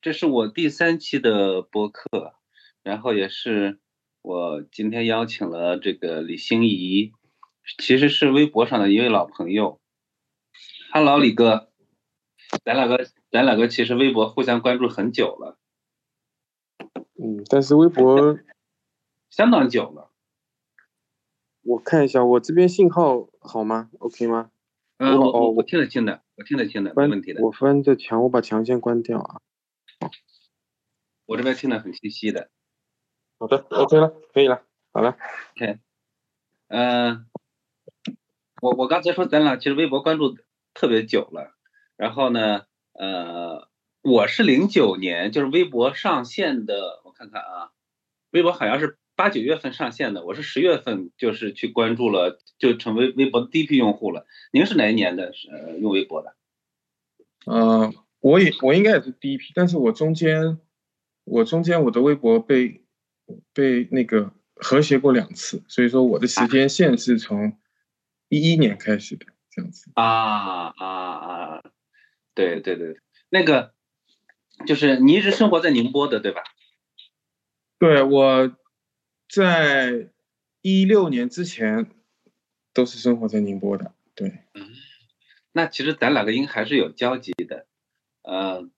这是我第三期的播客，然后也是我今天邀请了这个李欣怡，其实是微博上的一位老朋友。Hello，李哥，咱两个咱两个其实微博互相关注很久了，嗯，但是微博相当久了。我看一下，我这边信号好吗？OK 吗？嗯，我哦我我我听得清的，我听得清的，没翻问题的。我翻着墙，我把墙先关掉啊。我这边听得很清晰的。好的，OK 了，可以了，好了。嗯，我我刚才说咱俩其实微博关注特别久了，然后呢，呃，我是零九年，就是微博上线的，我看看啊，微博好像是八九月份上线的，我是十月份就是去关注了，就成为微博的第一批用户了。您是哪一年的？呃，用微博的？呃，我也我应该也是第一批，但是我中间我中间我的微博被被那个和谐过两次，所以说我的时间线是从一一年开始的这样子。啊啊啊！对对对，那个就是你一直生活在宁波的，对吧？对，我在一六年之前都是生活在宁波的，对。那其实咱两个应该还是有交集的。呃，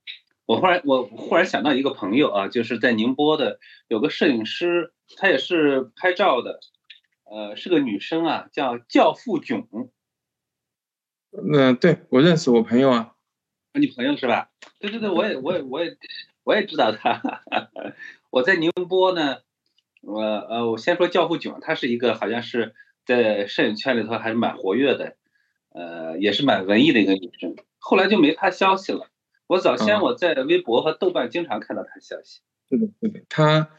我忽然我忽然想到一个朋友啊，就是在宁波的有个摄影师，她也是拍照的，呃，是个女生啊，叫教父囧，那、对我认识我朋友啊，你朋友是吧？对对对，我也我也我也我也知道她。 我在宁波呢，我呃，我先说教父囧，他是一个好像是在摄影圈里头还是蛮活跃的，呃，也是蛮文艺的一个女生。后来就没她消息了。我早先嗯我在微博和豆瓣经常看到她消息，是的，是的，他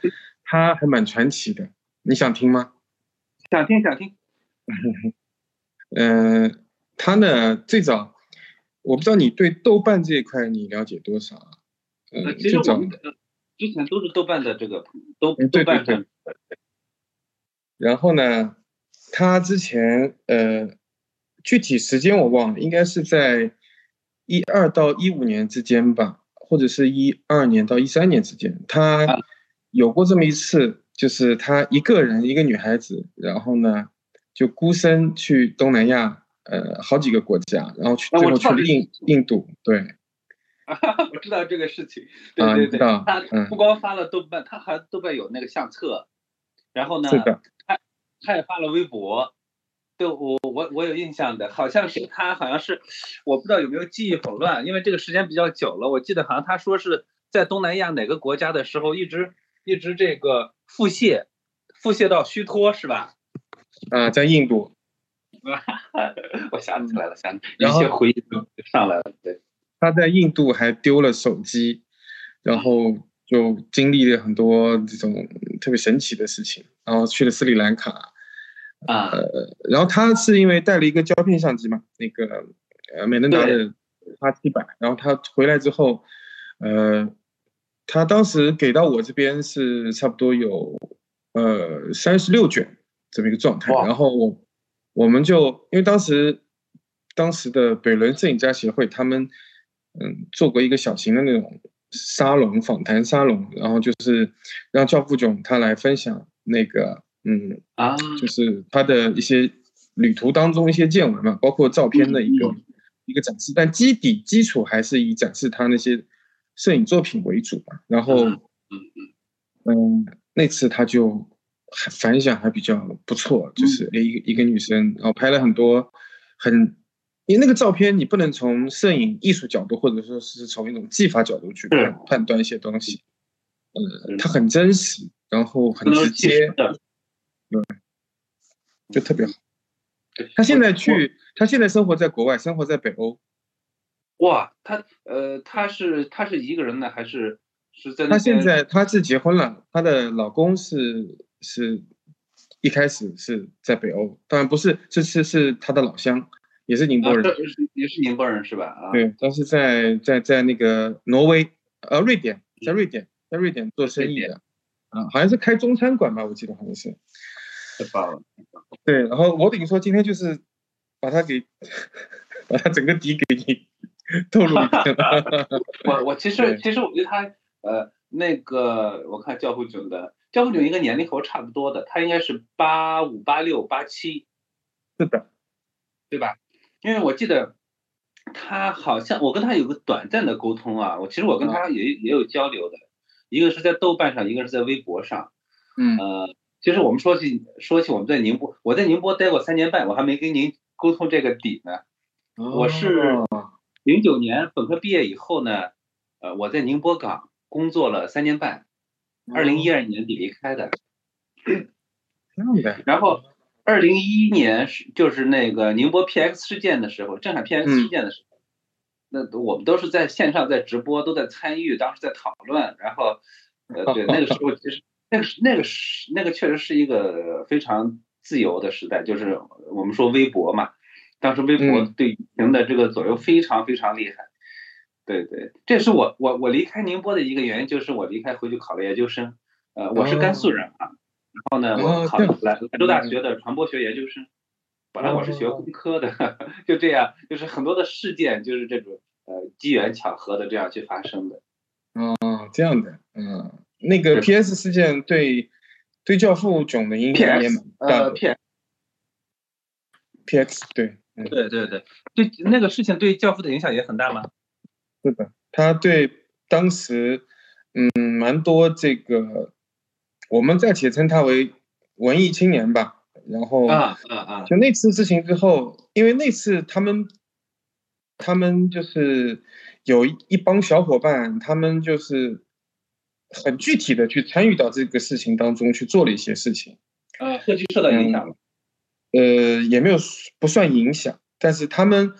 他还蛮传奇的，你想听吗？想听想听。嗯、他呢最早，我不知道你对豆瓣这一块你了解多少啊？呃，嗯，其实最我早们，呃之前都是豆瓣的这个豆嗯豆对瓣对上然后呢，他之前呃，具体时间我忘了，应该是在一二到一五年之间吧，或者是一二年到一三年之间，啊他有过这么一次，就是他一个人一个女孩子，然后呢就孤身去东南亚，呃，好几个国家，然后去啊最我后知道这去了个印印度，对。我知道这个事情，对啊对你知对，道他嗯不光发了豆瓣，他还豆瓣有那个相册，然后呢，是的他他也发了微博，对我我我有印象的，好像是他好像是我不知道有没有记忆混乱，因为这个时间比较久了，我记得好像他说是在东南亚哪个国家的时候，一直一直这个腹泻，腹泻到虚脱是吧？ 啊、在印度，我想起来了，想起然一后些回忆就上来了，对，他在印度还丢了手机，然后就经历了很多这种特别神奇的事情，然后去了斯里兰卡，啊。呃然后他是因为带了一个胶片相机嘛，那个呃美能达的八七百，然后他回来之后，呃，他当时给到我这边是差不多有呃三十六卷这么一个状态，哇然后我我们就因为当时当时的北仑摄影家协会他们嗯做过一个小型的那种沙龙访谈沙龙，然后就是让教父囧他来分享那个嗯啊，就是他的一些旅途当中一些见闻嘛，包括照片的一个、一个展示，但基底基础还是以展示他那些摄影作品为主嘛。然后，嗯嗯，那次他就还反响还比较不错，就是诶一个一个女生，然后拍了很多很。因为那个照片，你不能从摄影艺术角度，或者说是从一种技法角度去是判判断一些东西。呃，是它很真实，然后很不能直记接，嗯的，就特别好。对他现在我去，他现在生活在国外，生活在北欧。我哇，他呃，他是他是一个人呢，还是是在那他现边在他是结婚了，她的老公是是，一开始是在北欧，当然不是，是是是她的老乡，也是宁啊波人，这是也是宁波人是吧？啊，对，但是在在在那个挪威，呃，瑞典，在瑞典，在瑞典做生嗯瑞意典的，啊，好像是开中餐馆吧，我记得好像是。太棒了， 对，然后我等于说今天就是把他给，把他整个底给你 透露 一点。我我其对实其实我觉得他呃那个我看教父囧的教父囧应该年龄和我差不多的，他应该是八五八六八七，是的，对吧？因为我记得他好像我跟他有个短暂的沟通啊，我其实我嗯跟他也、也有交流的，一个是在豆瓣上，一个是在微博上。嗯呃，其实我们说起说起我们在宁波，我在宁波待过三年半，我还没跟您沟通这个底呢。我是零九年本科毕业以后呢，呃，我在宁波港工作了三年半，二零一二年底离开的。这样的，然后二零一一年是就是那个宁波 PX 事件的时候，震撼 PX 嗯事件的时候，那我们都是在线上在直播，都在参与，当时在讨论。然后，呃，对，那个时候其实那个是那个是那个确实是一个非常自由的时代，就是我们说微博嘛，当时微博嗯对疫情的这个左右非常非常厉害。对对，这是我我我离开宁波的一个原因，就是我离开回去考了研究生。呃，我是甘肃人啊，然后呢，哦我考这了样兰兰州大嗯学的传播学研究生，本来我是哦学工科的， 就这样，就是很多的事件就是这种呃机缘巧合的这样去发生的。哦，这样的，嗯，那个对 PS 事件对对教父囧的影响也蛮 PS 大呃的。 ，P PX 对，嗯，对对对，对那个事情对教父的影响也很大吗？是的，他对当时嗯蛮多这个，我们暂且称他为文艺青年吧。然后啊啊啊！就那次事情之后，因为那次他们，他们就是有一一帮小伙伴，他们就是很具体的去参与到这个事情当中去做了一些事情，嗯呃，社区受到影响了。呃，也没有不算影响，但是他们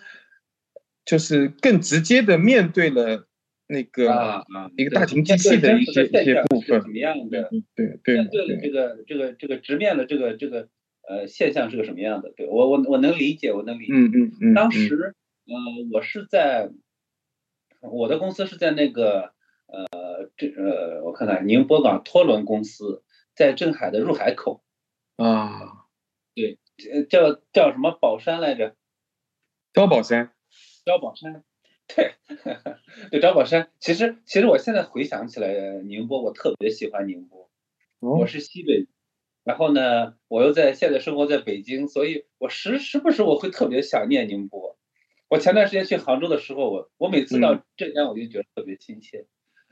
就是更直接的面对了那个、啊啊！一个大型机器对的一真些实的一些现象部是分怎么样的？对对面对了这对，个这个这个直面了这个这个呃现象是个什么样的？对我我我能理解，我能理解。嗯嗯嗯，当嗯时，呃，我是在我的公司是在那个呃，这呃，我看看宁波港拖轮公司在镇海的入海口，啊，呃叫叫什么宝山来着？高宝山，碉堡山。对，对，碉堡山。其实，其实我现在回想起来，宁波我特别喜欢宁波。我哦是西北人，然后呢，我又在现在生活在北京，所以我时时不时我会特别想念宁波。我前段时间去杭州的时候，我我每次到浙江我就觉得特别亲切。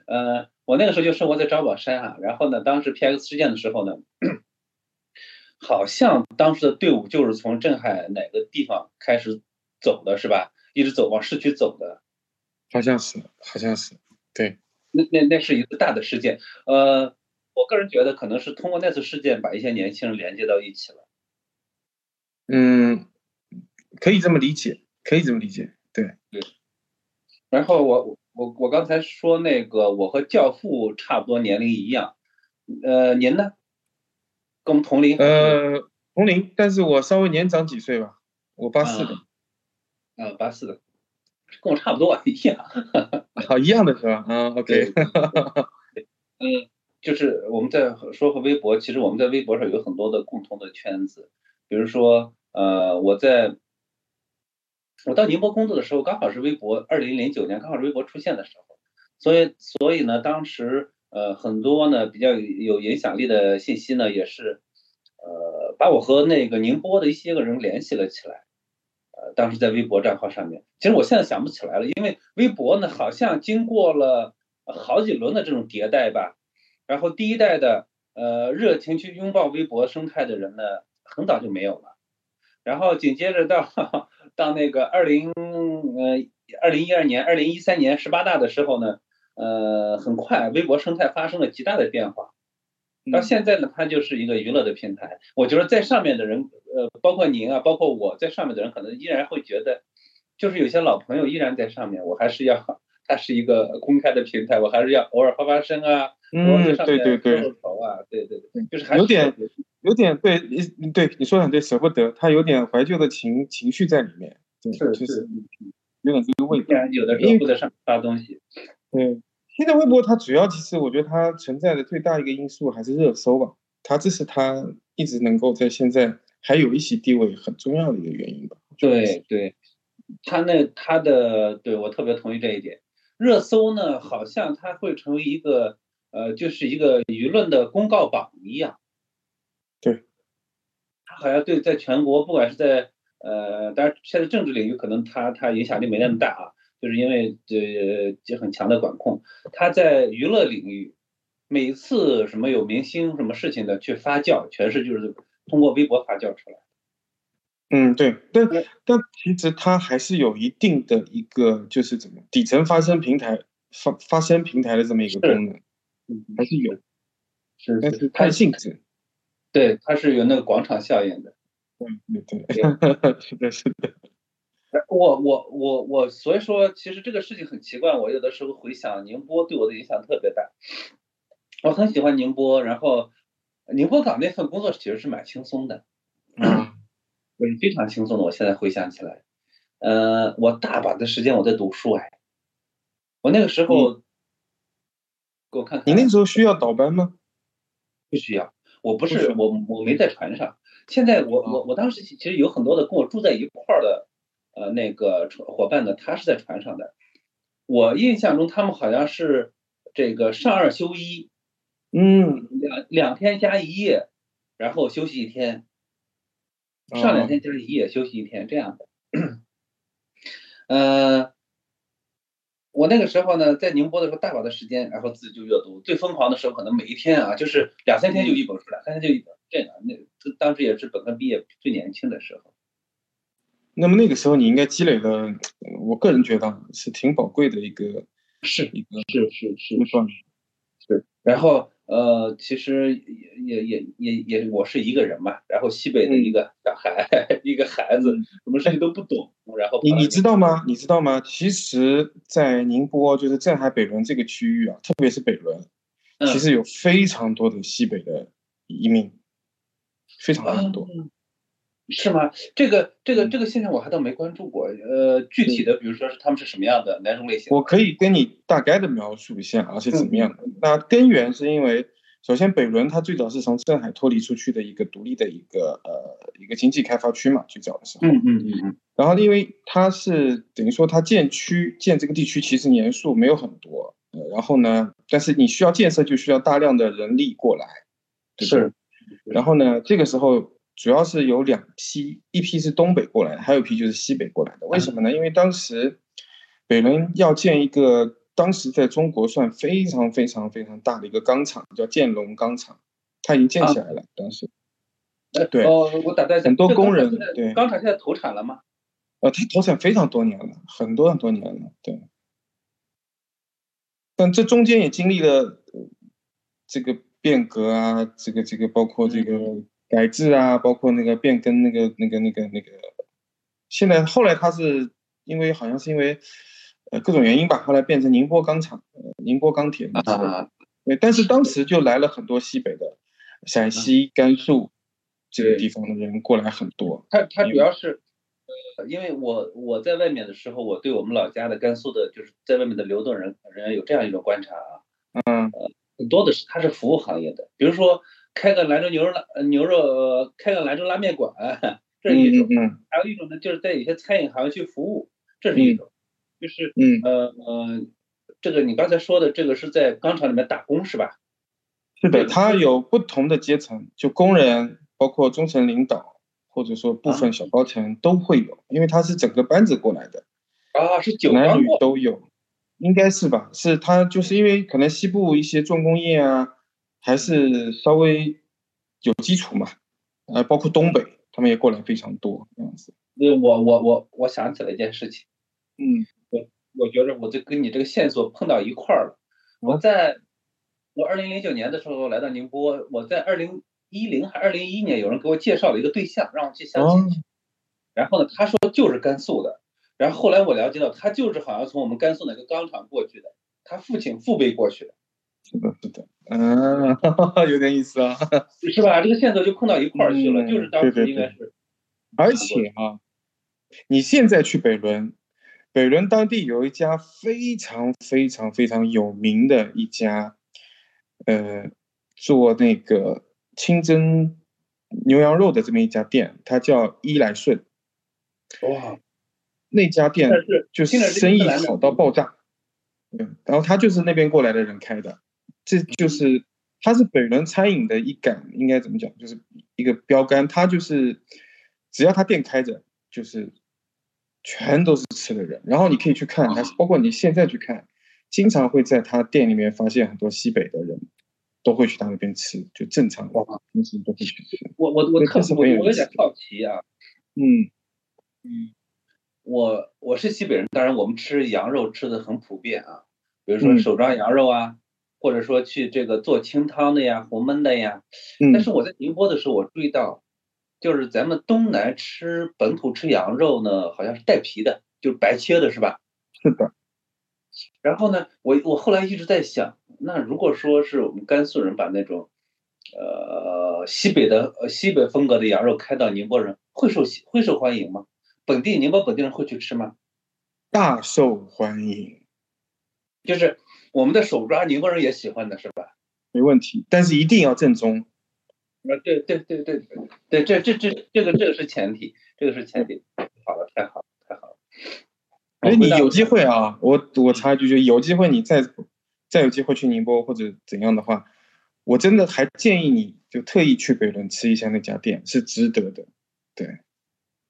呃，我那个时候就生活在碉堡山啊，然后呢，当时 PX 事件的时候呢，好像当时的队伍就是从镇海哪个地方开始走的，是吧？一直走往市区走的。好像是好像是，那那那是一个大的事件。呃，我个人觉得可能是通过那次事件把一些年轻人连接到一起了。嗯，可以这么理解，可以这么理解，对。然后我我我刚才说那个，我和教父差不多年龄一样，呃，您呢？跟我们同龄？呃，同龄，但是我稍微年长几岁吧，我八四的，啊，八四的，跟我差不多啊一样。好一样的是吧？啊，OK，嗯，就是我们在说和微博，其实我们在微博上有很多的共同的圈子，比如说，呃，我在我到宁波工作的时候，刚好是微博二零零九年，刚好是微博出现的时候，所以所以呢，当时呃很多呢比较有影响力的信息呢，也是呃把我和那个宁波的一些个人联系了起来。呃，当时在微博账号上面，其实我现在想不起来了，因为微博呢好像经过了呃好几轮的这种迭代吧。然后第一代的呃热情去拥抱微博生态的人呢，很早就没有了。然后紧接着到 到那个二零呃二零一二年、二零一三年十八大的时候呢，呃，很快微博生态发生了极大的变化。到现在呢，它就是一个娱乐的平台。我觉得在上面的人，呃，包括您啊，包括我在上面的人，可能依然会觉得，就是有些老朋友依然在上面，我还是要，它是一个公开的平台，我还是要偶尔发发声啊，偶尔在嗯，上对面对露对，露头啊，对对对，就是还有是点特别有点对你对你说的很对，舍不得，他有点怀旧的情情绪在里面，对，是就是是有点这个味依道。然有的时候会在上面发东西。对，现在微博它主要其实我觉得它存在的最大一个因素还是热搜吧，它这是它一直能够在现在还有一席地位很重要的一个原因吧。我觉得是对对，他那他的对我特别同意这一点。热搜呢，好像它会成为一个呃，就是一个舆论的公告榜一样。对，它好像对在全国，不管是在呃，当然现在政治领域可能它它影响力没那么大啊，就是因为呃这很强的管控。它在娱乐领域，每次什么有明星什么事情的去发酵，全是就是通过微博发酵出来。嗯，对，但但其实它还是有一定的一个，就是怎么底层发声平台发发声平台的这么一个功能，嗯，还是有，是但是看性质。对，它是有那个广场效应的。对对对， 是的，是的。我我我我，所以说，其实这个事情很奇怪。我有的时候回想宁波对我的影响特别大，我很喜欢宁波。然后，宁波港那份工作其实是蛮轻松的，嗯对，非常轻松的。我现在回想起来，呃，我大把的时间我在读书哎，我那个时候，给我看看，你那时候需要倒班吗？不需要，我不不需是嗯要我我没在船上。现在我我我当时其实有很多的跟我住在一块儿的呃那个船伙伴呢，他是在船上的。我印象中他们好像是这个上二休一，嗯，两两天加一夜，然后休息一天，哦上两天加一夜休息一天这样的。呃，我那个时候呢，在宁波的时候，大把的时间，然后自己就阅读。最疯狂的时候，可能每一天啊，就是两三天就一本书，两三天就一本，这样。那这当时也是本科毕业最年轻的时候。那么那个时候你应该积累了，呃我个人觉得是挺宝贵的一个是一个是是是阶段。然后呃，其实也也也也也，我是一个人嘛，然后西北的一个小孩， 一个孩子，什么事情都不懂，然后你你知道道吗？你知道吗？其实，在宁波，就是镇海北仑这个区域啊，特别是北仑，其实有非常多的西北的移民，非常非常多。嗯是吗？这个这个嗯这个现象我还倒没关注过。呃，具体的，比如说是他们是什么样的哪种类型？我可以跟你大概的描述一下啊，是怎么样的。那根源是因为，首先北仑它最早是从镇海脱离出去的一个独立的一个呃一个经济开发区嘛，最早的时候。嗯嗯嗯然后因为它是等于说它建区建这个地区其实年数没有很多，呃，然后呢，但是你需要建设就需要大量的人力过来，对吧是。然后呢，这个时候主要是有两批，一批是东北过来的，还有一批就是西北过来的。为什么呢？因为当时北仑要建一个当时在中国算非常非常非常大的一个钢厂，叫建龙钢厂，它已经建起来了，当时。嗯。对哦，我打断一下，很多这个工钢厂人现在对钢厂现在投产了吗？呃，它投产非常多年了，很多很多年了，对。但这中间也经历了、呃这个变革啊，这个这个包括这个嗯改制啊，包括那个变更那个那个那个那个。现在后来它是因为好像是因为呃各种原因吧，后来变成宁波钢厂、呃宁波钢铁那时候啊，对，但是当时就来了很多西北的，陕西、甘肃这个对地方的人过来很多。它它因主为要是，呃，因为我我在外面的时候，我对我们老家的甘肃的，就是在外面的流动人人有这样一种观察啊，嗯，很多的是它是服务行业的，比如说开个兰州牛肉拉呃牛肉呃开个兰州拉面馆， 这是一种。嗯嗯还有一种呢，就是在有些餐饮行业去服务，这是一种，就是嗯，嗯呃呃，这个你刚才说的这个是在钢厂里面打工是吧？是对的，它有不同的阶层，就工人，包括中层领导，或者说部分小高层都会有，因为它是整个班子过来的，啊，是九男钢女过，都有，应该是吧？是它就是因为可能西部一些重工业啊，还是稍微有基础嘛，呃，包括东北，他们也过来非常多这样子。呃我我我我想起来一件事情，嗯，我觉着我就跟你这个线索碰到一块儿了。我在我二零零九年的时候来到宁波，我在二零一零还二零一一年有人给我介绍了一个对象，让我去相亲哦去，然后呢，他说就是甘肃的，然后后来我了解到他就是好像从我们甘肃哪个钢厂过去的，他父亲父辈过去的。是的，是的，嗯，有点意思啊。 是吧？这个线索就碰到一块儿去了，嗯就是当对时对应该是而且啊，你现在去北仑，北仑当地有一家非常非常非常有名的一家，呃，做那个清蒸牛羊肉的这么一家店，它叫伊来顺。哇，那家店但是就听着生意听着来的好到爆炸。对，然后他就是那边过来的人开的，这嗯就是他是北仑餐饮的一杆，应该怎么讲，就是一个标杆。他就是只要他店开着，就是全都是吃的人。然后你可以去看哦他，包括你现在去看，经常会在他店里面发现很多西北的人都会去他那边吃，就正常哇，平时都会去吃。我我我对特这是我没有我有意思点好奇啊，嗯嗯，我我是西北人，当然我们吃羊肉吃的很普遍啊，比如说嗯手抓羊肉啊，或者说去这个做清汤的呀、红焖的呀。但嗯是我在宁波的时候，我注意到，就是咱们东南吃本土吃羊肉呢，好像是带皮的，就是白切的，是吧？是的，然后呢，我我后来一直在想，那如果说是我们甘肃人把那种，呃，西北的呃西北风格的羊肉开到宁波人，会受喜会受欢迎吗？本地宁波本地人会去吃吗？大受欢迎。就是我们的手抓，宁波人也喜欢的是吧？没问题，但是一定要正宗。啊，对对对对对，这这这这个这个是前提，这个是前提。好了，太好了，太好了。所哎以你有机机会。会啊，我我插一句，就有机会你再再有机会去宁波或者怎样的话，我真的还建议你就特意去北仑吃一下那家店，是值得的。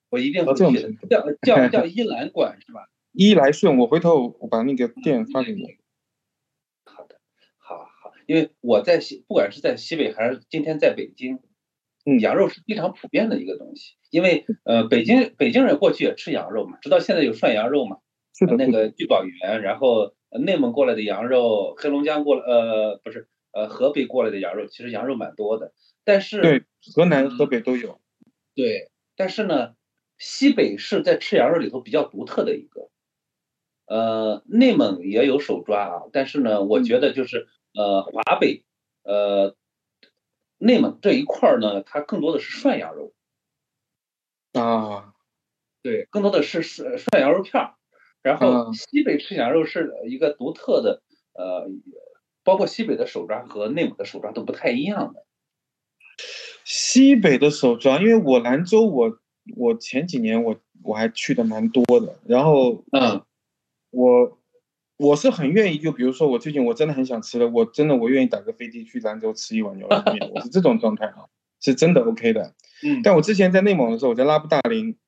我一定到会这种去的程度。叫 叫叫依兰馆是吧？一来顺，我回头我把那嗯个店发给你。好好，因为我在西，不管是在西北还是今天在北京，嗯羊肉是非常普遍的一个东西。因为呃，北京北京人过去也吃羊肉嘛，直到现在有涮羊肉嘛，呃是的，那是的个聚宝源，然后呃内蒙过来的羊肉，黑龙江过来呃不是呃河北过来的羊肉，其实羊肉蛮多的，但是嗯对，河南、河北都有。对，但是呢，西北是在吃羊肉里头比较独特的一个。呃，内蒙也有手抓啊，但是呢，我嗯觉得就是呃，华北、呃，内蒙这一块儿呢，它更多的是涮羊肉，啊，对，更多的是涮涮羊肉片儿。然后嗯西北吃羊肉是一个独特的，呃，包括西北的手抓和内蒙的手抓都不太一样的。西北的手抓，因为我兰州我我前几年我我还去的蛮多的，然后嗯我我是很愿意，就比如说我最近我真的很想吃的，我真的我愿意打个飞的去兰州吃一碗牛肉面，我是这种状态啊，是真的 OK 的。嗯，但我之前在内蒙的时候，我在拉布大林，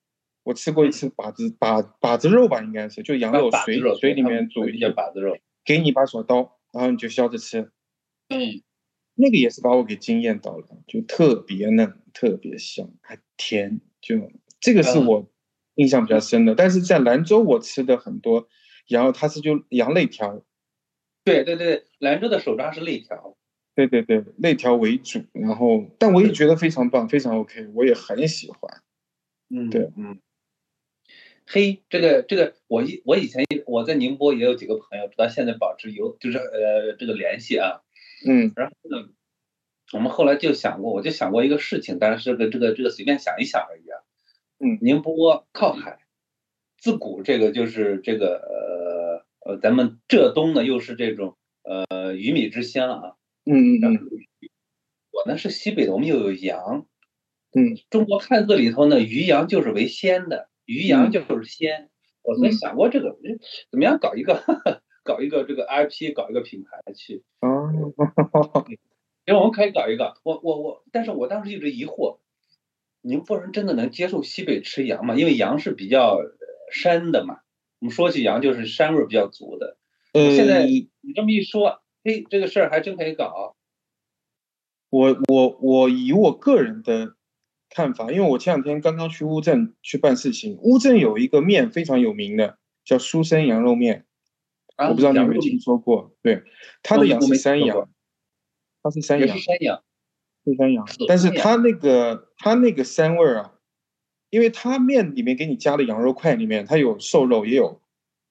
我吃过一次把子把把子肉吧，应该是就羊肉嗯把子水肉水里他们面煮本一地叫下，把子肉，给你一把小刀，然后你就削着吃，嗯，那个也是把我给惊艳到了，就特别嫩，特别香，还甜，就这个是嗯我印象比较深的。但是在兰州我吃的很多羊肉，它是就羊肋条。对对对，兰州的手抓是肋条。对对对，肋条为主，然后但我也觉得非常棒，非常 OK，我也很喜欢。嗯，对，嗯。嘿，这个这个，我以我以前也我在宁波也有几个朋友，直到现在保持有就是呃这个联系啊。嗯然后呢，我们后来就想过，我就想过一个事情，当然是个这个这个随便想一想而已啊。嗯宁波靠海，自古这个就是这个呃呃，咱们浙东呢又是这种呃鱼米之乡啊。嗯嗯嗯我呢是西北的，我们又有羊。嗯，中国汉字里头呢，鱼羊就是为先的，鱼羊就是先。我曾嗯想过这个，诶怎么样搞一个， 搞一个这个 IP，搞一个品牌去。哦，因为我们可以搞一个，我我我，但是我当时一直疑惑，宁波人真的能接受西北吃羊吗？因为羊是比较呃膻的嘛，我们说起羊就是膻味儿比较足的。呃，现在你这么一说，嘿，这个事儿还真可以搞。我我我以我个人的看法，因为我前两天刚刚去乌镇去办事情，乌镇有一个面非常有名的叫书生羊肉面，啊我不知道你有羊没有肉听说过？对，它我的没哦羊我是没山听说羊过，它是山也羊是，山羊，是山羊是，但是山羊它那个它那个膻味儿啊，因为它面里面给你加的羊肉块里面，它有瘦肉也有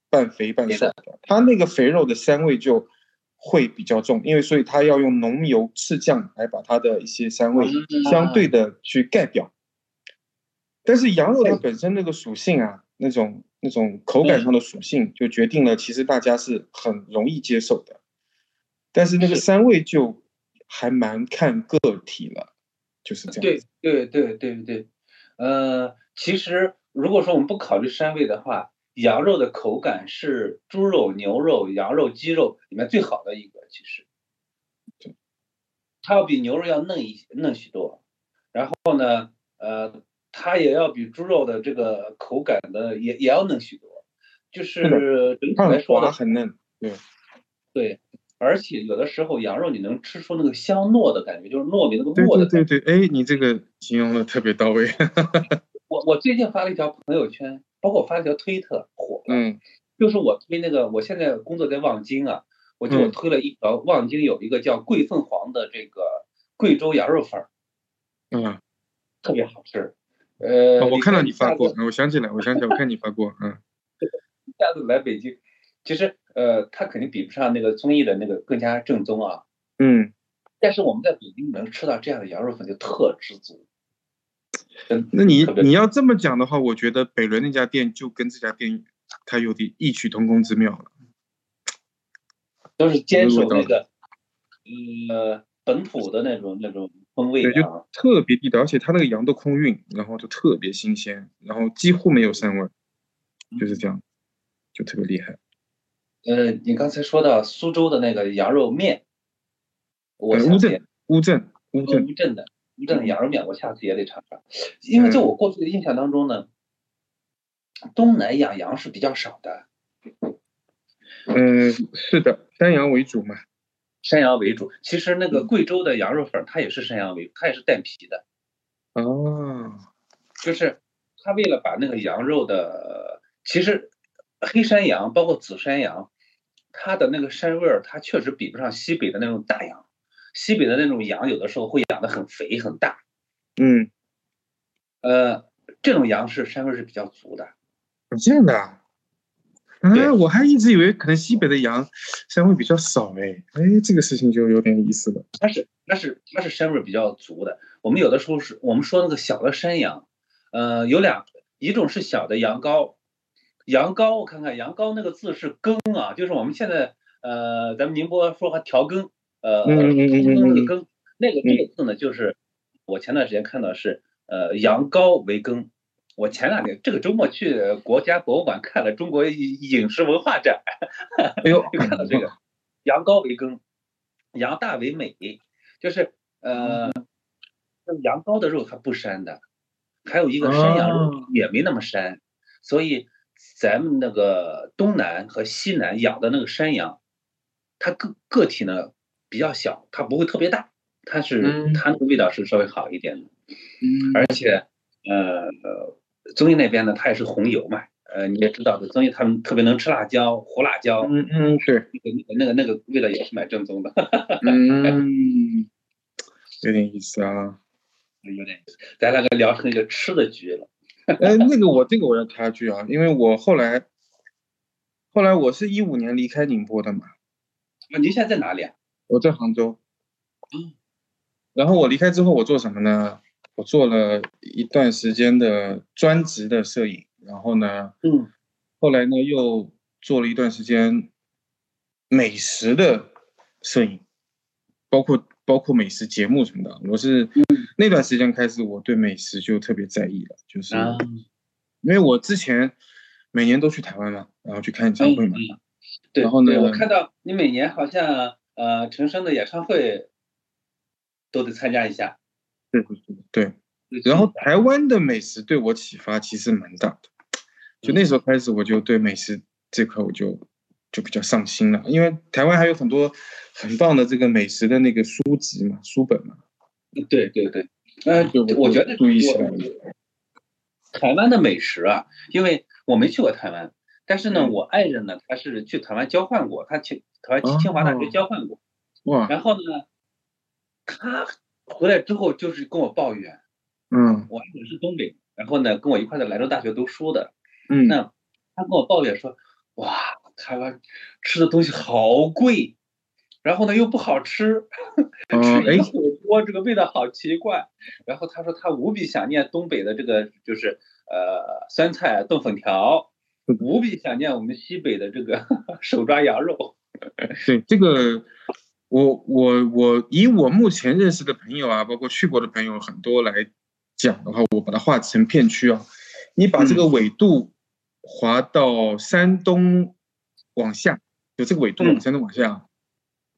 半肥半瘦的，它那个肥肉的膻味就会比较重，因为所以它要用浓油赤酱来把它的一些膻味嗯相对的去盖掉。但是羊肉它本身那个属性啊，那种那种口感上的属嗯性，就决定了其实大家是很容易接受的。但是那个是膻味就还蛮看个体了，就是这样对子。对对对对，呃，其实如果说我们不考虑膻味的话，羊肉的口感是猪肉、牛肉、羊肉、鸡肉里面最好的一个，其实，它要比牛肉要嫩一嫩许多，然后呢，呃，它也要比猪肉的这个口感的也也要嫩许多，就是整体来说它呢，很嫩，对，而且有的时候羊肉你能吃出那个香糯的感觉，就是糯米那个对糯的感觉。对对对，哎，你这个形容的特别到位，我我最近发了一条朋友圈，包括我发了一条推特，火了。嗯就是我推那个，我现在工作在望京啊，我就嗯推了一条望京有一个叫桂凤凰的这个贵州羊肉粉儿，嗯，特别好吃。呃，哦我看到你发过下，次嗯我想起来，我想起来，我看你发过，嗯，下次来北京，其实呃，它肯定比不上那个综艺的那个更加正宗啊。嗯，但是我们在北京能吃到这样的羊肉粉就特知足。真那你特别你要这么讲的话，我觉得北仑那家店就跟这家店它有点异曲同工之妙了，都是坚守有味那道的个呃本土的那种那种风味对就啊。特别地道，而且它那个羊都空运，然后就特别新鲜，然后几乎没有膻味，就是这样，就特别厉害。呃，你刚才说到苏州的那个羊肉面，我呃想乌起镇，乌镇，乌呃镇，乌镇的乌镇的羊肉面，我下次也得尝尝。因为在我过去的印象当中呢，东南亚羊是比较少的，哦嗯，是的，山羊为主嘛，山羊为主。其实那个嗯贵州的羊肉粉儿，它也是山羊为主，它也是带皮的，哦，就是它为了把那个羊肉的，其实黑山羊包括紫山羊，它的那个膻味儿，它确实比不上西北的那种大羊。西北的那种羊，有的时候会养得很肥很大，嗯，呃，这种羊是膻味是比较足的，这样的啊，对啊，我还一直以为可能西北的羊膻味比较少哎，哎，这个事情就有点 意思了。它是它是它是膻味比较足的。我们有的时候是我们说那个小的山羊，呃，有两一种是小的羊羔，羊羔我看看羊羔那个字是耕啊，就是我们现在呃咱们宁波说还调羹，呃，嗯嗯嗯嗯那嗯个嗯羹，那个这个字呢，就是我前段时间看到是呃羊羔为耕。我前两天这个周末去国家博物馆看了中国饮饮食文化展，哎呦，就看到这个，羊羔为耕，羊大为美，就是呃，就是羊羔的肉它不膻的，还有一个山羊肉哦也没那么膻，所以咱们那个东南和西南养的那个山羊，它个个体呢比较小，它不会特别大，它是、嗯它那个味道是稍微好一点的。而呃，综艺那边呢，它也是红油嘛，呃，你也知道的，综艺他们特别能吃辣椒，胡辣椒，嗯嗯对，那个那个那个味道也是蛮正宗的， 嗯， 有点意思啊。有点意思。咱两个聊成一个吃的局了。哎，那个我这个我要插句啊，因为我后来，后来我是一五年离开宁波的嘛，啊，您现在在哪里啊？我在杭州嗯。然后我离开之后，我做什么呢？我做了一段时间的专职的摄影，然后呢，嗯，后来呢又做了一段时间美食的摄影，包括包括美食节目什么的。我是那段时间开始，我对美食就特别在意了，就是啊，因为我之前每年都去台湾嘛，然后去看演唱会嘛，嗯对，然后呢对我看到你每年好像呃陈升的演唱会都得参加一下。对对对对。然后台湾的美食对我启发其实蛮大的，就那时候开始我就对美食这块我就就比较上心了，因为台湾还有很多很棒的这个美食的那个书籍嘛、书本嘛，对对对，呃，就我觉得注意起来我了。台湾的美食啊，因为我没去过台湾，但是呢，嗯我爱人呢他是去台湾交换过，他去台湾清华大学哦交换过。哇，然后呢，他回来之后就是跟我抱怨，嗯我爱人是东北人，然后呢跟我一块在兰州大学读书的，嗯，那他跟我抱怨说，哇，台湾吃的东西好贵，然后呢又不好吃，哦， 吃一哎个，火锅这个味道好奇怪。然后他说他无比想念东北的这个就是呃酸菜炖粉条，嗯无比想念我们西北的这个 手抓羊肉。对这个，我我我以我目前认识的朋友啊，包括去过的朋友嗯很多来讲的话，我把它划成片区啊，你把这个纬度，滑到山东往下，就这个纬度嗯往山东往下，啊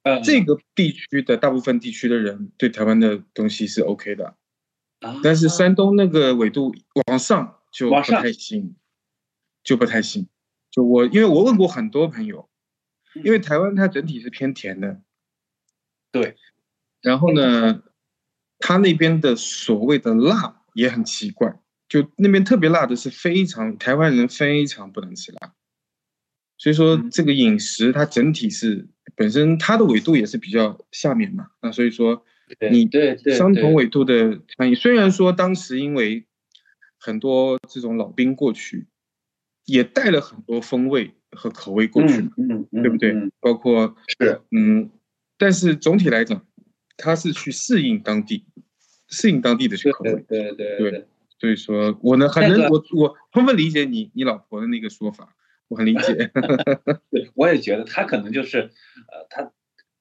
呃，这个地区的大部分地区的人对台湾的东西是 OK 的，啊 但是山东那个纬度往上就不往上太行，就不太行。就我因为我问过很多朋友，因为台湾它整体是偏甜的，对。然后呢，它那边的所谓的辣也很奇怪，就那边特别辣的是非常台湾人非常不能吃辣，所以说嗯这个饮食它整体是本身它的纬度也是比较下面嘛，那所以说对你对对相对同纬度的餐饮，虽然说当时因为很多这种老兵过去，也带了很多风味和口味过去，嗯嗯嗯，对不对？嗯包括是嗯，但是总体来讲，他是去适应当地，适应当地的去对口对味。对对对所以说，我能很那能个我我充分理解你你老婆的那个说法，我很理解。对，我也觉得他可能就是，呃，他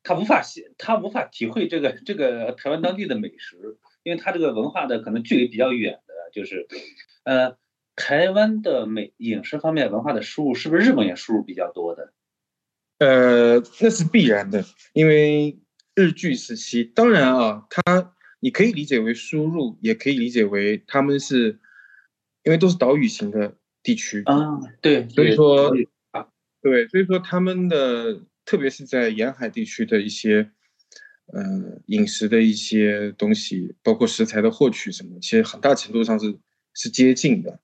他无法吸他无法体会这个这个台湾当地的美食，因为他这个文化的可能距离比较远的，就是，呃，台湾的美饮食方面文化的输入是不是日本也输入比较多的？呃，那是必然的，因为日据时期，当然啊，它你可以理解为输入，也可以理解为他们是，因为都是岛屿型的地区，啊，对，所以对说所以对，所以说他们的，特别是在沿海地区的一些，呃，饮食的一些东西，包括食材的获取什么，其实很大程度上是是接近的。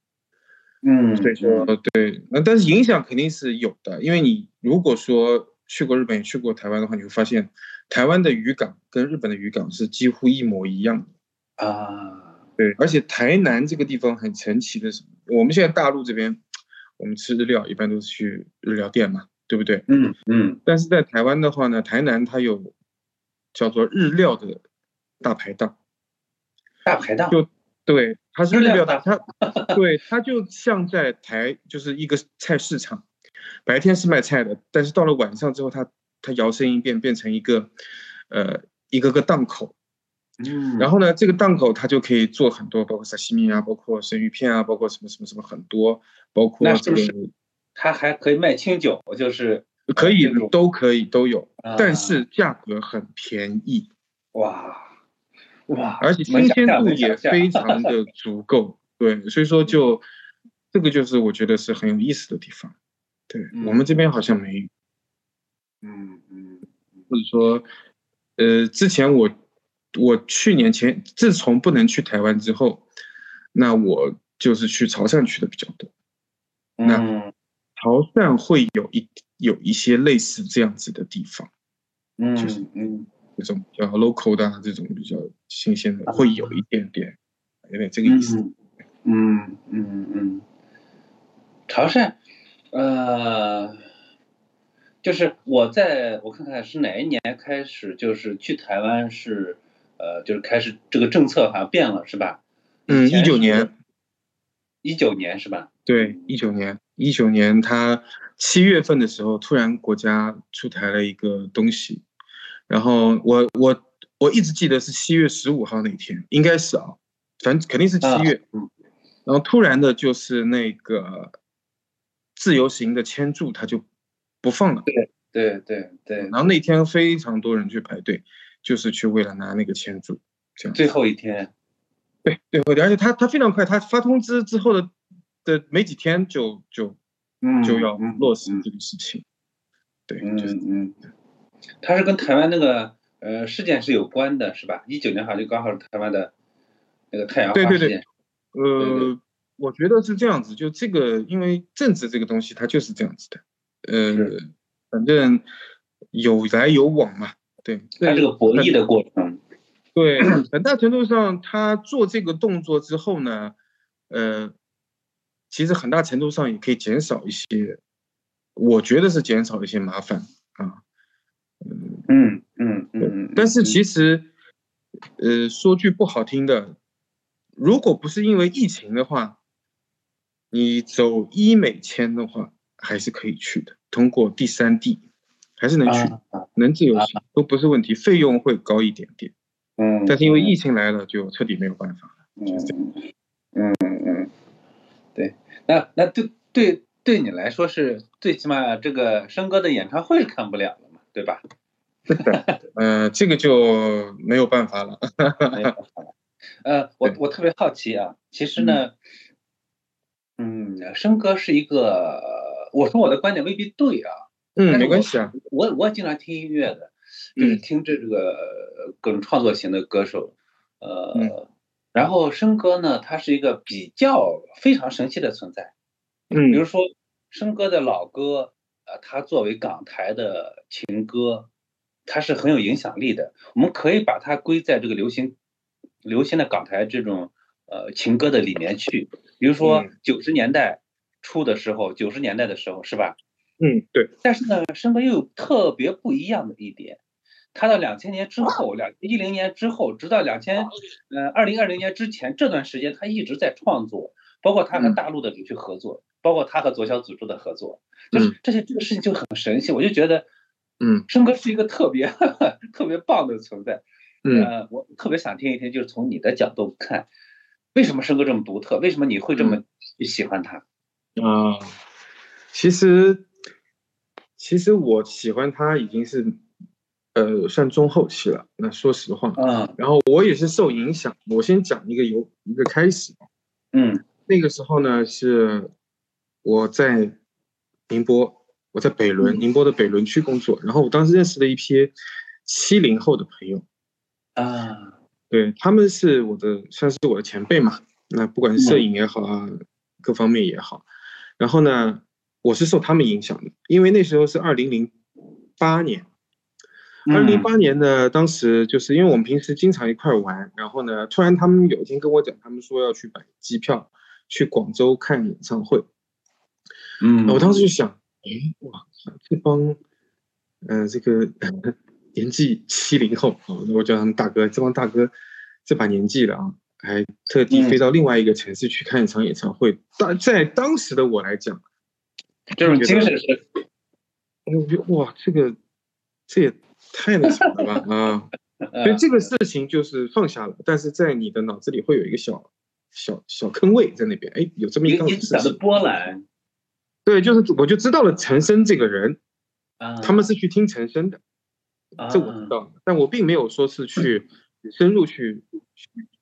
嗯，所以说，哦对，那但是影响肯定是有的，因为你如果说去过日本、去过台湾的话，你会发现台湾的渔港跟日本的渔港是几乎一模一样的。啊，对，而且台南这个地方很神奇的是，我们现在大陆这边，我们吃日料一般都是去日料店嘛，对不对？嗯嗯但是在台湾的话呢，台南它有叫做日料的大排档，大排档，就对，它是日日料料大大，它对，它就像在台就是一个菜市场，白天是卖菜的，但是到了晚上之后，它它摇身一变变成一个呃一个个档口，嗯，然后后呢，这个档口它就可以做很多，包括沙西米啊，包括生鱼片啊，包括什么什么什么很多，包括那是这不个是他还可以卖清酒，就是可以这种都可以都有，啊但是价格很便宜。哇哇，而且能想新鲜象度能想也象非 常的足够，对，所以说就这个就是我觉得是很有意思的地方。对嗯我们这边好像没有，嗯嗯或者说，呃，之前我我去年前自从不能去台湾之后，那我就是去潮汕去的比较多。那嗯潮汕会有一有一些类似这样子的地方，嗯就是嗯这种比较 local 的、啊、这种比较新鲜的，啊会有一点点，有点这个意思。嗯嗯嗯嗯，潮汕，呃，就是我在我看看是哪一年开始，就是去台湾是，呃，就是开始这个政策好像变了是吧？嗯，一九年，一九年是吧？对，一九年，一九年他七月份的时候，突然国家出台了一个东西，然后我我我一直记得是七月十五号那天，应该是啊，反正肯定是七啊月，嗯然后突然的就是那个自由行的签注他就不放了，对对对然，后那天非常多人去排队，就是去为了拿那个签注，这样子最后一天，对，而且他他非常快，他发通知之后的的没几天就就嗯就要嗯落实嗯这个事情。对，就是嗯嗯，它是跟台湾那个呃事件是有关的，是吧？一九年好像就刚好是台湾的那个太阳花对对事对件。对对呃，我觉得是这样子，就这个，因为政治这个东西它就是这样子的，呃是，反正有来有往嘛。对，它这个博弈的过程，对，很大程度上，他做这个动作之后呢，呃，其实很大程度上也可以减少一些，我觉得是减少一些麻烦啊。嗯，嗯嗯嗯嗯。但是其实实，呃，说句不好听的，如果不是因为疫情的话，你走医美签的话，还是可以去的，通过第三地还是能去，啊，啊能自由行都不是问题，费用会高一点点。嗯，但是因为疫情来了，就彻底没有 办法了。嗯嗯嗯嗯，对，那那对对对你来说是最起码这个生哥的演唱会看不了了嘛，对吧？对的，呃，这个就没有办法了。没有办法了。呃，我我特别好奇啊，其实呢，嗯，生哥是一个，我说我的观点未必对啊，嗯，没关系啊。我我经常听音乐的，嗯就是听这个各种创作型的歌手，呃，嗯然后生哥呢，他是一个比较非常神奇的存在，比嗯如说生哥的老歌，呃，他作为港台的情歌，它是很有影响力的。我们可以把它归在这个流行流行的港台这种呃情歌的里面去。比如说嗯九十年代初的时候，九十年代的时候是吧？嗯，对，但是呢，生哥又有特别不一样的一点，他到两千年之后，两一零年之后，直到两千呃二零二零年之前这段时间，他一直在创作，包括他和嗯大陆的人去合作，包括他和左小祖咒的合作，就是这些这个事情就很神奇，我就觉得嗯生哥是一个特别特别棒的存在。嗯呃，我特别想听一听，就是从你的角度看，为什么生哥这么独特？为什么你会这么嗯去喜欢他？啊、其实其实我喜欢他已经是呃算中后期了。那说实话，嗯然后我也是受影响。我先讲一个由一个开始，嗯那个时候呢，是我在宁波，我在北仑，嗯宁波的北仑区工作。然后我当时认识了一批七零后的朋友，啊对他们是我的算是我的前辈嘛。那不管是摄影也好啊，各方面也好，然后呢，我是受他们影响的，因为那时候是二零零八年，嗯二零零八年呢，当时就是因为我们平时经常一块儿玩，然后呢，突然他们有一天跟我讲，他们说要去买机票去广州看演唱会。嗯，我当时就想，诶，哇，这帮，呃，这个年纪七零后啊，我叫他们大哥，这帮大哥这把年纪了啊，还特地嗯飞到另外一个城市去看一场演唱会。当在当时的我来讲，哎这种精神是我觉得哇，这个这也太那啥了吧 啊！呃所以这个事情就是放下了，但是在你的脑子里会有一个小小小坑位在那边，哎，有这么一一档一子事小的情，波澜。对，就是我就知道了陈升这个人，啊，他们是去听陈升的，这我知道的，但我并没有说是去深入去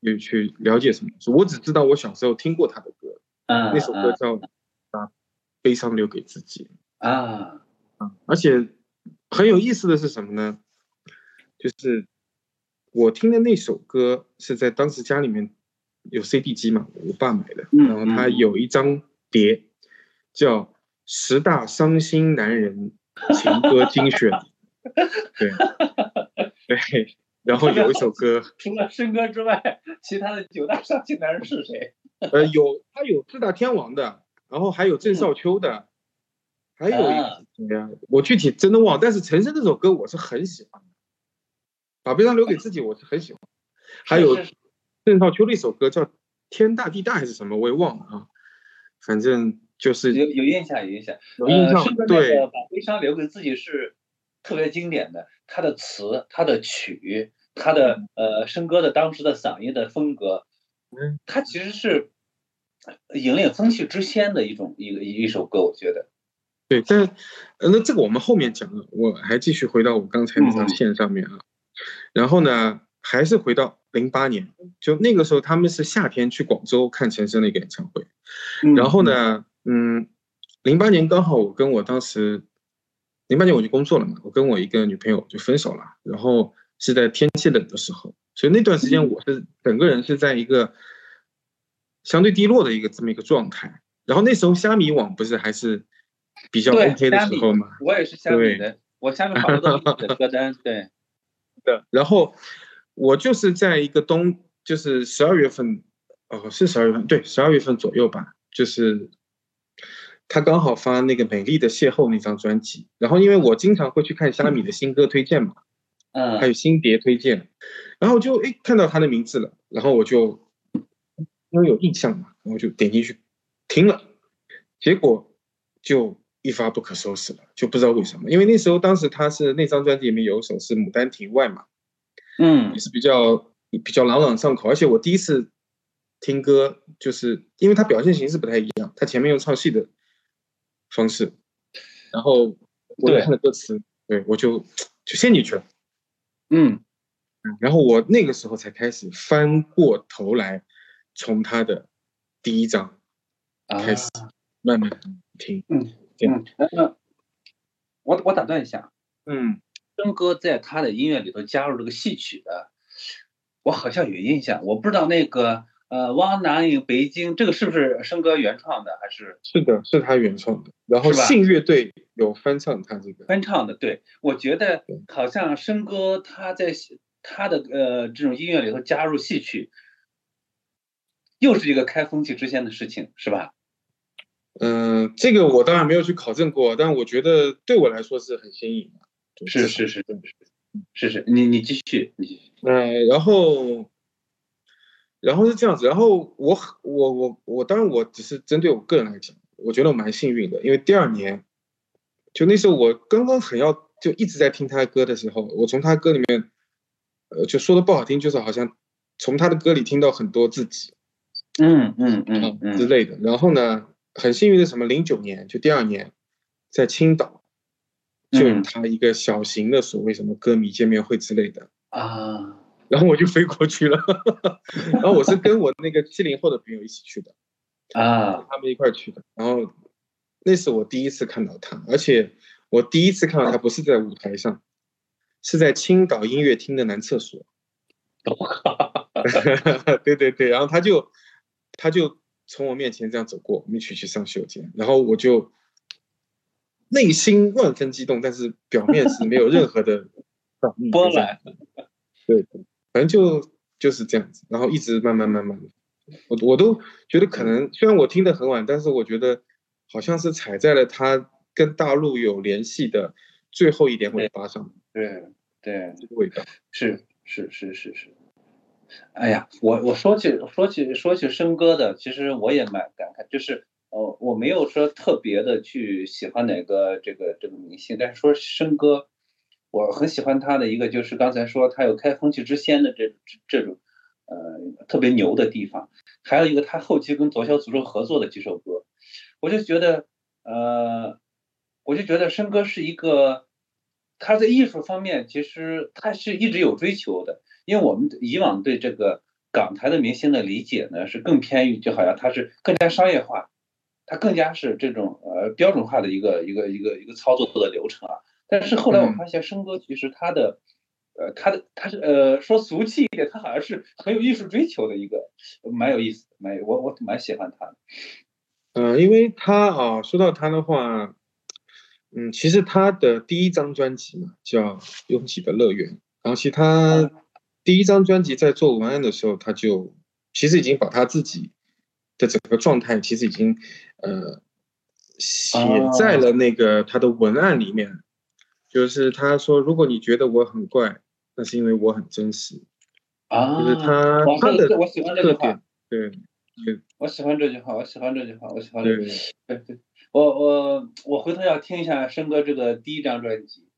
去去了解什么东西，我只知道我小时候听过他的歌，啊，那首歌叫《把悲伤留给自己》，啊，而且很有意思的是什么呢？就是我听的那首歌是在当时家里面有 CD 机嘛，我爸买的，嗯然后他有一张碟叫《十大伤心男人情歌精选》， 对对，然后有一首歌，除了申哥之外，其他的九大上进男人是谁？呃，有他有四大天王的，然后还有郑少秋的，还有一啊对呀，我具体真的忘了，但是陈升这首歌我是很喜欢的，把悲伤留给自己我是很喜欢的，还有是是郑少秋的一首歌叫《天大地大》还是什么，我也忘了啊，反正就是有有印象有印象，有印象呃、申哥那对个把悲伤留给自己是特别经典的，他的词、他的曲、他的呃申哥的当时的嗓音的风格，嗯，他其实是引领风气之先的一种一个一首歌，我觉得。对，但呃那这个我们后面讲了，我还继续回到我刚才那条嗯嗯线上面啊，然后呢，还是回到零八年，就那个时候他们是夏天去广州看陈升的一个演唱会。然后呢，嗯，零八年刚好我跟我当时，零八年我就工作了嘛，我跟我一个女朋友就分手了，然后是在天气冷的时候，所以那段嗯时间我是整个人是在一个相对低落的一个这么一个状态。然后那时候虾米网不是还是比较对 OK 的虾时米候嘛，嗯，我也是下面的，我下面好多都是你的歌单，对，的。然后我就是在一个冬，就是十二月份，哦，是十二月份，对，十二月份左右吧，就是他刚好发那个《美丽的邂逅》那张专辑，然后因为我经常会去看虾米的新歌推荐嘛，嗯，还有新碟推荐，然后就诶看到他的名字了，然后我就因为有印象嘛，然后就点进去听了，结果就一发不可收拾了，就不知道为什么，因为那时候当时他是那张专辑里面有一首是《牡丹亭外》嘛。嗯也是比较比较朗朗上口，而且我第一次听歌，就是因为它表现形式不太一样，它前面用唱戏的方式，然后我就对看了歌词，对我就就陷进去了。嗯然后我那个时候才开始翻过头来，从他的第一章啊开始慢慢听。嗯，那那我我打断一下，嗯，真哥在他的音乐里头加入了个戏曲的，我好像有印象，我不知道那个呃汪南影北京这个是不是生哥原创的还是是的，是他原创的。然后是吧信乐队有翻唱他这个，翻唱的？对，我觉得对好像生哥他在戏他的呃这种音乐里头加入戏曲，又是一个开风气之先的事情，是吧？嗯、这个我当然没有去考证过，但我觉得对我来说是很新颖的。对是是是是是，你你继续，你继续。呃，然后，然后是这样子，然后我很我我我，当然我只是针对我个人来讲，我觉得我蛮幸运的，因为第二年，就那时候我刚刚很要就一直在听他的歌的时候，我从他歌里面，呃，就说的不好听，就是好像从他的歌里听到很多自己嗯嗯啊、嗯之嗯，类的。然后呢，很幸运的是什么，零九年就第二年，在青岛就有嗯他一个小型的所谓什么歌迷见面会之类的。啊，然后我就飞过去了， 然后我是跟我那个七零后的朋友一起去的，啊，他们一块儿去的。然后那是我第一次看到他，而且我第一次看到他不是在舞台上，是在青岛音乐厅的男厕所。 对对对，然后他就他就从我面前这样走过，我们一起去上洗手间，然后我就内心万分激动，但是表面是没有任何的反应波澜。对，反正就就是这样子，然后一直慢慢慢慢，我我都觉得可能虽然我听得很晚，但是我觉得好像是踩在了他跟大陆有联系的最后一点尾巴上， 对对，这个味道。是是是是是。哎呀，我我说起说起说起生哥的，其实我也蛮感慨，就是呃，我没有说特别的去喜欢哪个这个这个明星，但是说生哥，我很喜欢他的一个就是刚才说他有开风气之先的这这这种呃特别牛的地方，还有一个他后期跟左小诅咒合作的几首歌，我就觉得呃，我就觉得申哥是一个，他在艺术方面其实他是一直有追求的，因为我们以往对这个港台的明星的理解呢，是更偏于就好像他是更加商业化，他更加是这种呃标准化的一个一个一个一个操作的流程啊。但是后来我嗯发现，申哥其实他的，呃，他的他是呃说俗气一点，他好像是很有艺术追求的一个，蛮有意思的，蛮有我我蛮喜欢他的。嗯、因为他啊，说到他的话，嗯，其实他的第一张专辑嘛叫《拥挤的乐园》，然后其实嗯他第一张专辑在做文案的时候，他就其实已经把他自己的整个状态，其实已经呃写哦在了那个他的文案里面。就是他说，如果你觉得我很怪，那是因为我很真实。啊就是他我他的我喜欢这句特话点，，对我喜欢这句话，我喜欢这句话，我喜欢这句话。对，啊对对，我我我回头要听一下申哥这个第一张专辑。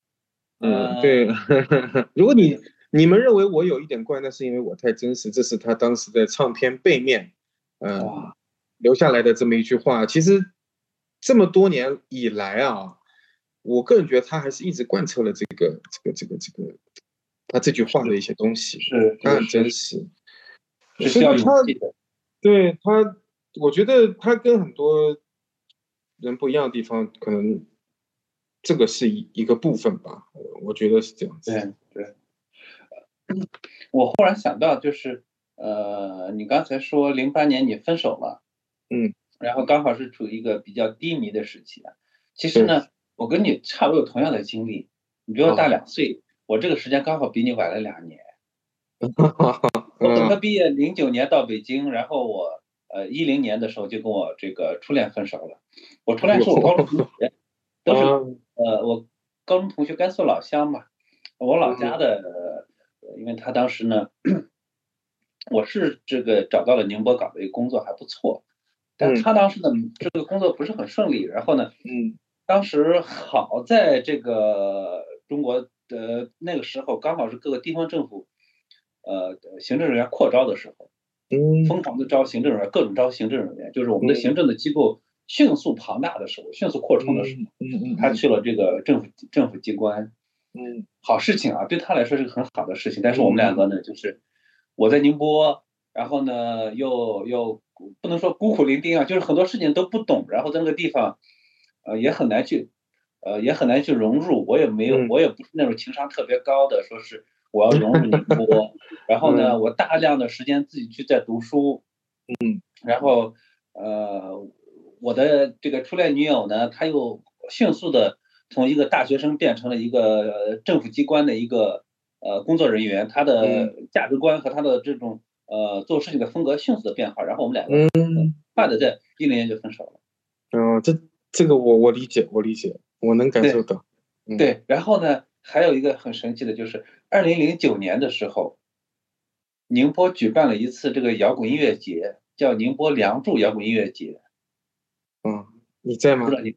嗯，对。呃 如果你你们认为我有一点怪，那是因为我太真实，这是他当时的唱片背面，嗯、哇留下来的这么一句话。其实这么多年以来啊，我个人觉得他还是一直贯彻了这个这个这个这个他这句话的一些东西，是他很是真实，是嗯所需以要他勇气的。对他，我觉得他跟很多人不一样的地方，可能这个是一一个部分吧，我我觉得是这样子。对对。我忽然想到，就是呃，你刚才说零八年你分手了，嗯，然后刚好是处于一个比较低迷的时期啊。其实呢，我跟你差不多有同样的经历，你比我大哦两岁，我这个时间刚好比你晚了两年。我等他嗯毕业零九年到北京，然后我呃一零年的时候就跟我这个初恋分手了。我初恋是我高中同 学，都是嗯呃我高中同学甘肃老乡嘛，我嗯老家的，呃因为他当时呢， 我是这个找到了宁波港的一个工作还不错，但嗯他当时呢这个工作不是很顺利，然后呢嗯当时好在这个中国的那个时候，刚好是各个地方政府，呃，行政人员扩招的时候，嗯疯狂的招行政人员，各种招行政人员，就是我们的嗯行政的机构迅速庞大的时候，迅速扩充的时候，嗯嗯，他去了这个政府政府机关，嗯好事情啊，对他来说是个很好的事情。但是我们两个呢，就是我在宁波，然后呢又又不能说孤苦伶仃啊，就是很多事情都不懂，然后在那个地方，呃，也很难去，呃，也很难去融入。我也没有嗯，我也不是那种情商特别高的，说是我要融入宁 波。然后呢，我大量的时间自己去在读书，嗯，然后呃，我的这个初恋女友呢，她又迅速的从一个大学生变成了一个呃政府机关的一个呃工作人员，她的价值观和她的这种呃做事情的风格迅速的变化，然后我们两个嗯，快的在一零年就分手了。哦，这这个我我理解，我理解，我能感对受到。嗯对，然后呢，还有一个很神奇的就是二零零九年的时候，宁波举办了一次这个摇滚音乐节，叫宁波梁祝摇滚音乐节。嗯，你在吗不知？道你，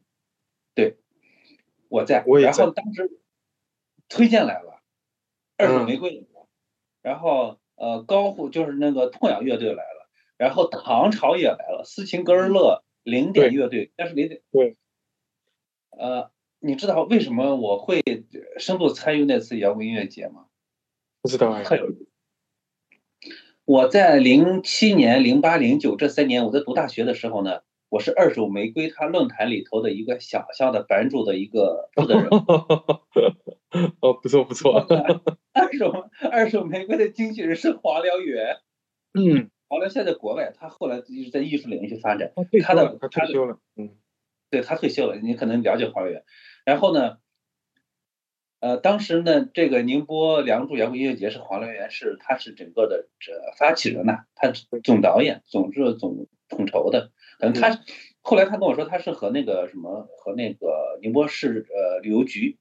对，我在，我也然在后当时推荐来了，二手嗯玫瑰来了，然后呃高虎就是那个痛仰乐队来了，然后唐朝也来了，斯琴格日乐零点乐队，但是零点嗯对，呃，你知道为什么我会深度参与那次摇滚音乐节吗？不知道哎。。特有意思。我在零七年、零八、零九这三年，我在读大学的时候呢，我是二手玫瑰它论坛里头的一个小小的版主的一个负责人 哦，不错不错。二手二手玫瑰的经纪人是黄辽源，嗯，黄辽现在在国外，他后来一直在艺术领域去发展。他退休他的了，他退休了。嗯对他退休了，你可能了解黄辽源。然后呢，呃，当时呢，这个宁波梁祝摇滚音乐节是黄辽源是他是整个的这发起人呐、他是总导演、总制、总统筹的。等他、嗯后来他跟我说，他是和那个什么和那个宁波市呃旅游局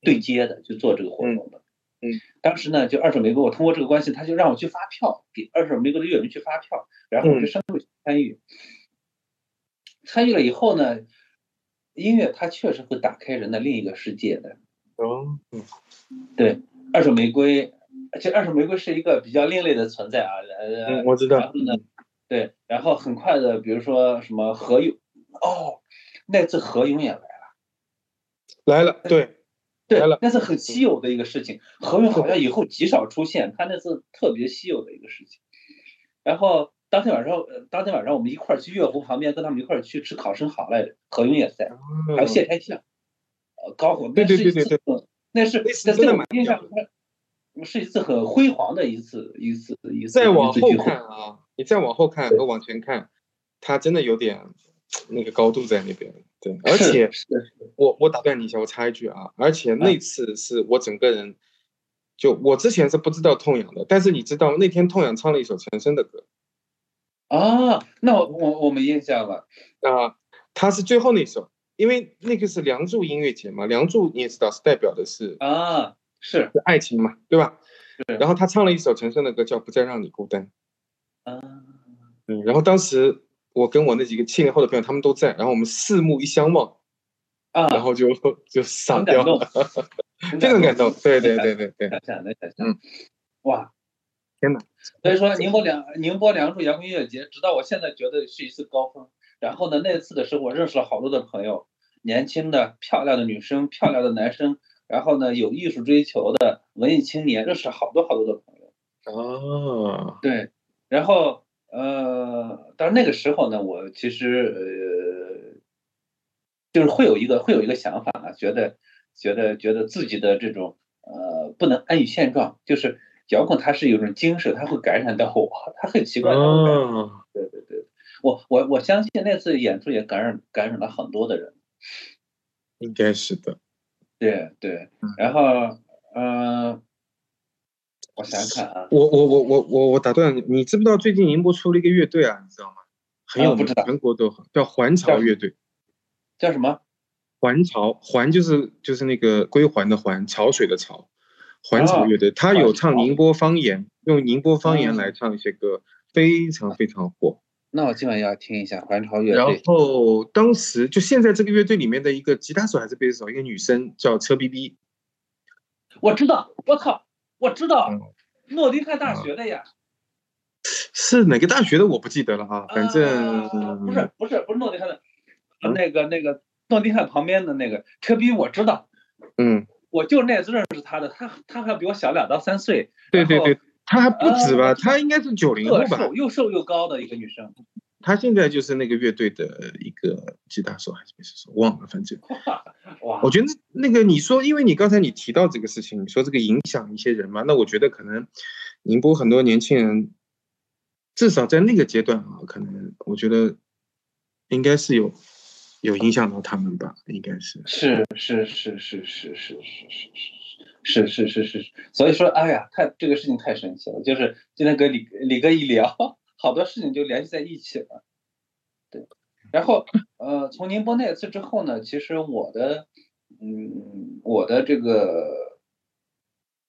对接的，去做这个活动的。嗯嗯当时呢，就二手玫瑰，我通过这个关系，他就让我去发票，给二手玫瑰的乐迷去发票，然后我就嗯深入去参与。参与了以后呢，音乐它确实会打开人的另一个世界的。哦，嗯二手玫瑰，而且二手玫瑰是一个比较另类的存在啊。呃嗯，，我知然道后。呢，对，然后很快的，比如说什么何勇，哦，那次何勇也来了，来了，对，对来了，那次很稀有的一个事情。何勇好像以后极少出现，他那次特别稀有的一个事情。然后当天晚上，呃当天晚上我们一块儿去月湖旁边，跟他们一块儿去吃烤生蚝来着，何勇也在。还有谢天笑，呃，高虎，对那嗯对是对一对次很，那是那次在真在的我蛮印屌象中，是一次很辉煌的一次一次一次。再往一次后聚会看，啊，你再往后看和往前看，他真的有点那个高度在那边。对， 而是且是是我我打断你一下，我插一句啊，而且那嗯次是我整个人，就我之前是不知道痛痒的，但是你知道那天痛痒唱了一首陈升的歌啊，那我我我没印象了。啊，他是最后那首，因为那个是梁祝音乐节嘛，梁祝你也知道是代表的是啊，是是爱情嘛，对吧？是然后他唱了一首陈升的歌叫《不再让你孤单》。啊，嗯，然后当时我跟我那几个七零后的朋友，他们都在，然后我们四目一相望，啊然后就就傻很感掉动 了，，非常感动。对对对对对，想象能想象，嗯，哇，天哪！所以说，宁波两宁波两处摇滚音乐节，直到我现在觉得是一次高峰。然后呢，那次的时候，我认识了好多的朋友，年轻的、漂亮的女生、漂亮的男生，然后呢，有艺术追求的文艺青年，认识了好多好多的朋友。哦，对，然后呃，但是那个时候呢，我其实呃，就是会有一个会有一个想法啊，觉得觉得觉得自己的这种呃不能安于现状，就是摇滚它是有一种精神，它会感染到我，它很奇怪，它会感染。哦，对对对，我我我相信那次演出也感染感染了很多的人。应该是的。对对嗯，然后呃，我想想看啊，我我我我我我打断你，你知不知道最近宁波出了一个乐队啊？你知道吗？很有啊不名，知道全国都好，叫环潮叫乐队。叫什么？环潮，环就是就是那个归还的环，潮水的潮，环潮乐队，他有唱环潮宁波方言，用宁波方言嗯来唱一些歌，非常非常火。那我今晚要听一下环朝乐然队。后当时就现在这个乐队里面的一个吉他手还是贝斯手，一个女生叫车 B B，我知道，我靠，我知道嗯，诺丁汉大学的呀。是哪个大学的我不记得了啊，反正、嗯啊不是不是不是诺丁汉的，和那个那个诺丁汉旁边的那个车斌，我知道，嗯，我就是那次认识他的，他他还比我小两到三岁，对对然对，她还不止吧，呃她应该是九零后特吧瘦，，又瘦又高的一个女生，她现在就是那个乐队的一个吉他手还是贝斯手，忘了，反正哇我，觉得那个你说，因为你刚才你提到这个事情，你说这个影响一些人嘛，那我觉得可能宁波很多年轻人，至少在那个阶段啊，可能我觉得应该是有有影响到他们吧，应该是。是是是是是是是是是是是是是是，所以说，哎呀，太这个事情太神奇了，就是今天跟李李哥一聊，好多事情就联系在一起了，对。然后，呃，从宁波那次之后呢，其实我的，嗯，我的这个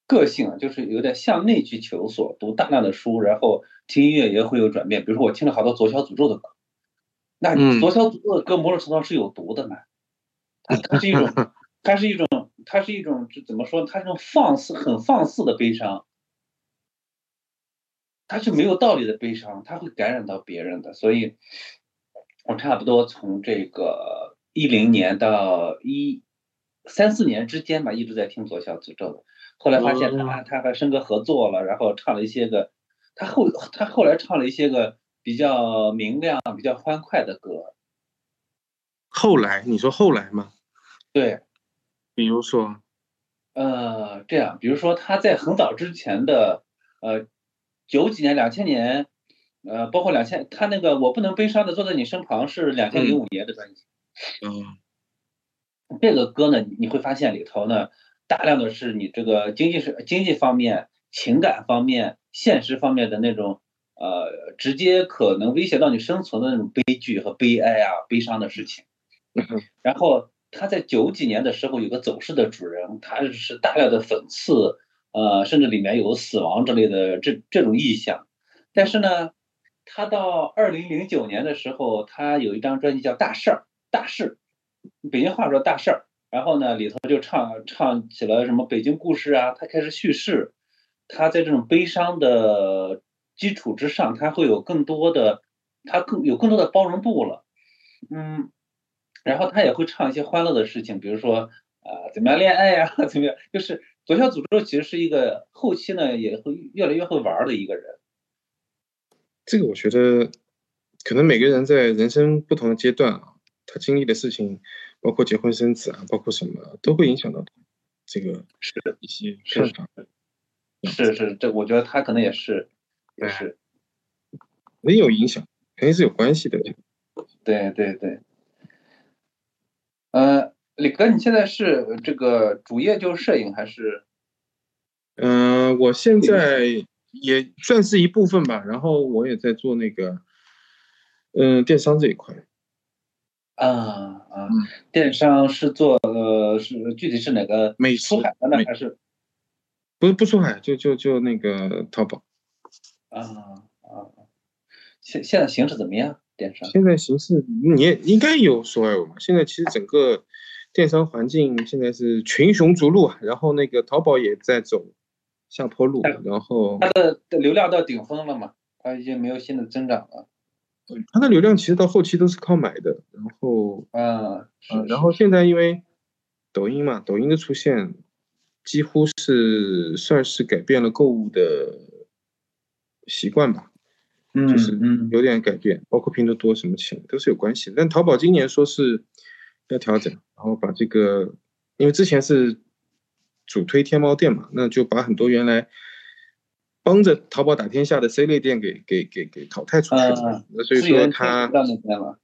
个性啊，就是有点向内去求索，读大量的书，然后听音乐也会有转变。比如说，我听了好多左小诅咒的歌，那嗯左小诅咒的歌某种程度上是有毒的呢。它它是一种，它是一种，它是一种，这怎么说？它是一种放肆，很放肆的悲伤，它是没有道理的悲伤，它会感染到别人的。所以，我差不多从这个一零年到一三四年之间吧，一直在听左小诅咒的。后来发现他、哦他和申哥合作了，然后唱了一些个，他后他后来唱了一些个比较明亮、比较欢快的歌，后来你说后来吗？对。比如说，呃，这样，比如说他在很早之前的，呃，九几年、两千年，呃，包括两千，他那个我不能悲伤的坐在你身旁是两千零五年的专辑。嗯这个歌呢，你你会发现里头呢，大量的是你这个经济是经济方面、情感方面、现实方面的那种，呃，直接可能威胁到你生存的那种悲剧和悲哀啊、悲伤的事情。然后他在九几年的时候有个走失的主人，他是大量的讽刺，呃，甚至里面有死亡之类的这这种意象。但是呢，他到二零零九年的时候，他有一张专辑叫《大事儿》，大事，北京话说大事儿。然后呢，里头就唱唱起了什么北京故事啊，他开始叙事，他在这种悲伤的基础之上，他会有更多的，他更有更多的包容度了，嗯，然后他也会唱一些欢乐的事情，比如说啊、 怎么样恋爱呀、怎么样，就是左小诅咒其实是一个后期呢也会越来越会玩儿的一个人，这个我觉得可能每个人在人生不同的阶段啊，他经历的事情，包括结婚生子啊，包括什么，都会影响到他这个是一些是看法。是是，这我觉得他可能也是，也对是。肯定有影响，肯定是有关系的。对对对，呃，李哥，你现在是呃这个主业就是摄影还是？嗯、我现在也算是一部分吧，然后我也在做那个，嗯、电商这一块。啊啊嗯，电商是做呃是具体是哪个美出食海的呢美还是不是不出海，就就就那个淘宝，啊啊？现现在形势怎么样？电商现在形势你也应该有所耳闻嘛。现在其实整个电商环境现在是群雄逐鹿啊，然后那个淘宝也在走下坡路，然后它的的流量到顶峰了嘛？它已经没有新的增长了。嗯它的流量其实到后期都是靠买的，然后啊，是嗯，然后现在因为抖音嘛，抖音的出现几乎是算是改变了购物的习惯吧，嗯就是嗯有点改变，包括拼多多什么钱都是有关系的。但淘宝今年说是要调整，然后把这个，因为之前是主推天猫店嘛，那就把很多原来帮着淘宝打天下的 C 类店给给给给淘汰出去了嗯，那所以资源迁说它移到那边了。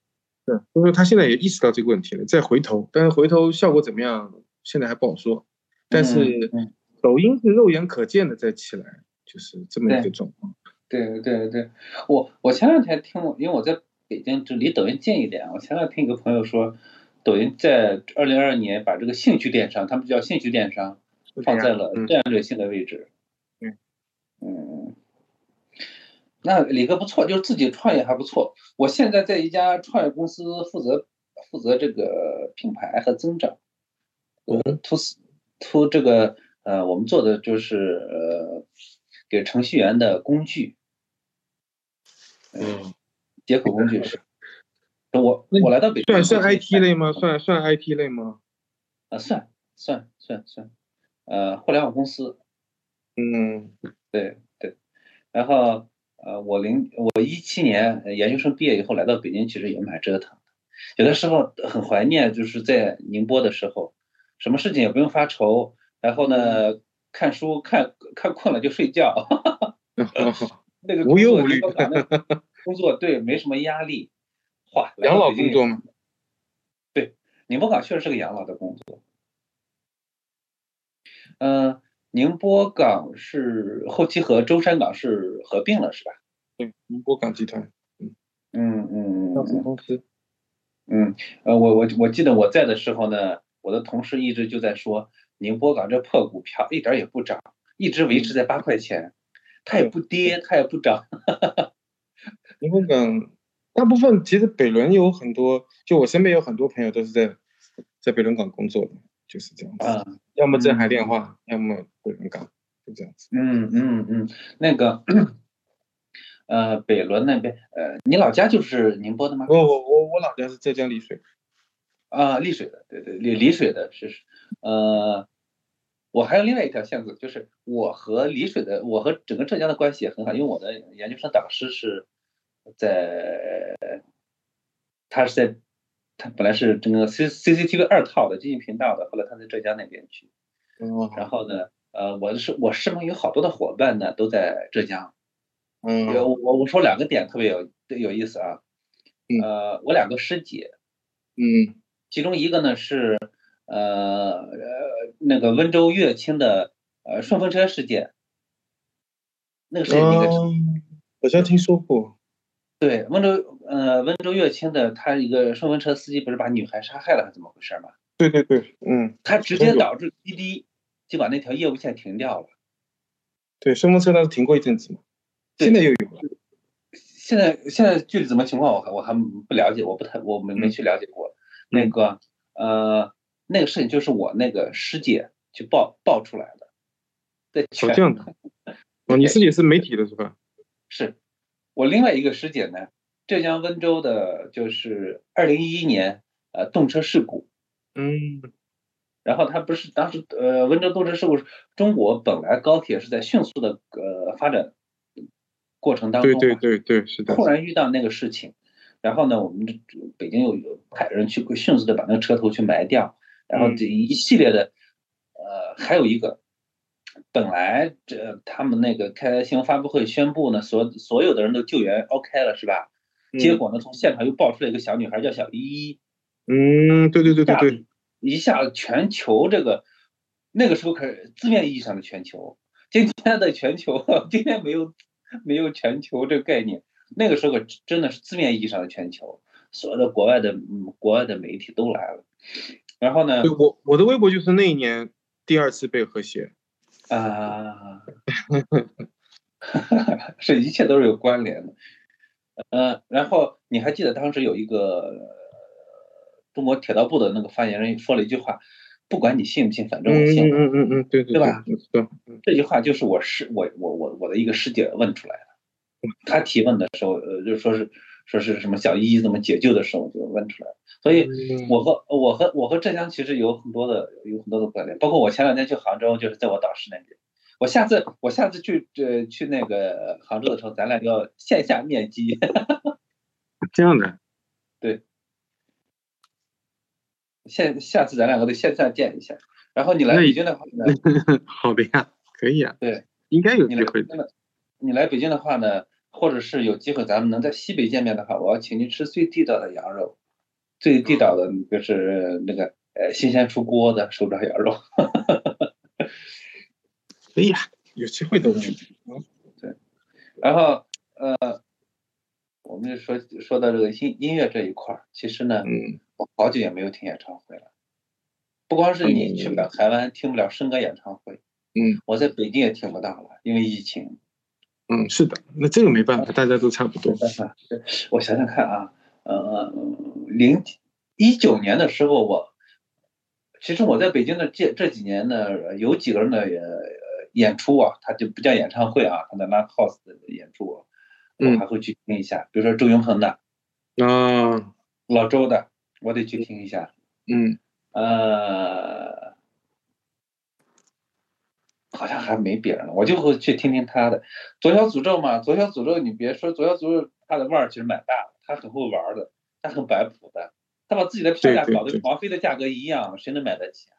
对，就是他现在也意识到这个问题了，再回头，但是回头效果怎么样，现在还不好说。但是嗯嗯抖音是肉眼可见的在起来，就是这么一个对状况。对对对，我我前两天听我，因为我在北京，就离抖音近一点。我前两天听一个朋友说，抖音在二零二二年把这个兴趣电商，他们叫兴趣电商，是这放样在了嗯战略性的位置。嗯嗯，那李哥不错，就是自己创业还不错。我现在在一家创业公司负责负责这个品牌和增长。嗯呃，to s- to 这个呃，我们做的就是呃，给程序员的工具，嗯，接口工具是。我我来到北京算算 IT 类吗？算算 IT 类吗？啊，算算算算，呃，互联网公司，嗯 对对，然后呃，我零我一七年呃研究生毕业以后来到北京，其实也蛮折腾的，有的时候很怀念，就是在宁波的时候，什么事情也不用发愁，然后呢，看书看看困了就睡觉， 呃那个无工忧作无虑宁波港 的工作对没什么压力，哇，来养到老北京工作吗？宁波港确实是个养老的工作。呃，宁波港是后期和舟山港是合并了，是吧？对，宁波港集团嗯嗯上市公司。嗯，呃，我我我记得我在的时候呢，我的同事一直就在说，宁波港这破股票一点儿也不涨，一直维持在八块钱，它也不跌，它也不涨。宁波港大部分其实北仑有很多，就我身边有很多朋友都是在在北仑港工作的，就是这样子。啊，要么镇海嗯炼化，要么北仑港，就这样子。嗯嗯嗯，那个， 呃，北仑那边，呃，你老家就是宁波的吗？我我我我老家是浙江丽水，啊，丽水的，对对，丽丽水的是，是呃，我还有另外一条线索，就是我和丽水的，我和整个浙江的关系也很好，因为我的研究生导师是在，他是在，他本来是整个 C C C T V 二套的经济频道的，后来他在浙江那边去，哦，然后呢，呃，我是我身边有好多的伙伴呢都在浙江，有嗯我我说两个点特别有有意思啊，嗯呃，我两个师姐。嗯其中一个呢是呃呃那个温州乐清的呃顺风车事件，那个事件那个、哦，好像听说过，对温州呃温州乐清的他一个顺风车司机不是把女孩杀害了还是怎么回事嘛？对对对，嗯，他直接导致滴滴就把那条业务线停掉了。对，顺风车当时停过一阵子嘛，现在又有了，现在现在具体怎么情况我还我还不了解，我不太我没没去了解过。嗯那个呃那个事情就是我那个师姐去爆爆出来的，在好全这样的。哦，你师姐是媒体的是吧？是我另外一个师姐呢，浙江温州的，就是二零一一年呃动车事故，嗯然后她不是当时呃温州动车事故是，中国本来高铁是在迅速的呃发展过程当中对嘛，对对对，是的。突然遇到那个事情，然后呢，我们这北京有有派人去迅速的把那个车头去埋掉，然后嗯这一系列的，呃，还有一个，本来这他们那个开新闻发布会宣布呢，所所有的人都救援 OK 了是吧？结嗯果呢，从现场又爆出来一个小女孩叫小依嗯，对对对依，对下对，一下全球这个那个时候可是字面意义上的全球，今天的全球今天没有没有全球这个概念，那个时候可真的是字面意义上的全球，所有的国外的嗯国外的媒体都来了，然后呢对我我的微博就是那一年第二次被和谐，啊， 是一切都是有关联的。呃，然后你还记得当时有一个呃中国铁道部的那个发言人说了一句话：“不管你信不信，反正嗯我信。嗯嗯嗯嗯，对对对吧我知道，这句话就是我师我我我我的一个师姐问出来的，嗯她提问的时候，呃，就说是说是什么小依依怎么解救的时候就问出来了，所以嗯我和我和我和浙江其实有很多的有很多的关联，包括我前两天去杭州，就是在我导师那边。我下次我下次去呃去那个杭州的时候，咱俩要线下面基。 这样的，线下次咱两个得线下见一下。然后你来那北也京的话呢，好的呀，可以呀，对，应该有你机来会北的。京的，你来北京的话呢，或者是有机会咱们能在西北见面的话，我要请你吃最地道的羊肉，最地道的嗯就是那个呃新鲜出锅的手抓羊肉。可以呀，啊有机 会的，我觉得然后呃，我们就说说到这个音音乐这一块儿，其实呢，嗯，我好久也没有听演唱会了。不光是你去不了台湾，听不了申哥演唱会，嗯，我在北京也听不到了，因为疫情。嗯，是的，那这个没办法，大家都差不多。办法。我想想看啊，呃，零一九年的时候我，其实我在北京的这这几年呢，有几个人的呃演出啊，他就不叫演唱会啊，他的 live house 的演出啊、我嗯还会去听一下，比如说周云鹏的，啊，老周的，我得去听一下。嗯，呃，好像还没别人了，我就会去听听他的《左小诅咒》嘛。《左小诅咒》，你别说，《左小诅咒》它的腕儿其实蛮大的，它很会玩的，它很摆谱的，它把自己的票价对对搞得对跟王菲的价格一样，谁能买得起啊？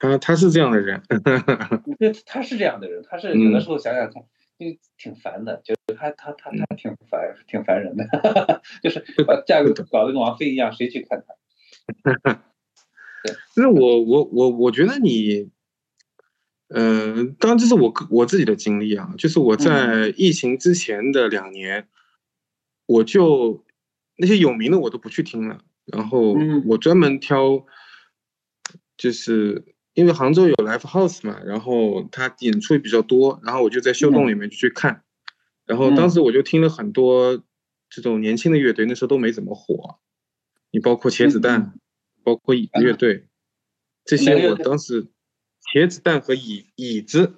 他他是这样的人，对，他是这样的人，他嗯是有的时候想想看，就挺烦的，就是他他他嗯他挺烦，挺烦人的， 就是把价格搞得跟王菲一样，谁去看他？那我我我我觉得你，呃，当然这是我个我自己的经历啊，就是嗯我在疫情之前的两年，我就那些有名的我都不去听了，然后嗯我专门挑，就是因为杭州有 live house 嘛，然后它演出也比较多，然后我就在嗯修洞里面去看，然后当时我就听了很多这种年轻的乐队，那时候都没怎么火，啊你包括茄子蛋。嗯包括椅乐队，这哪个些乐我队当时茄子蛋和椅椅子，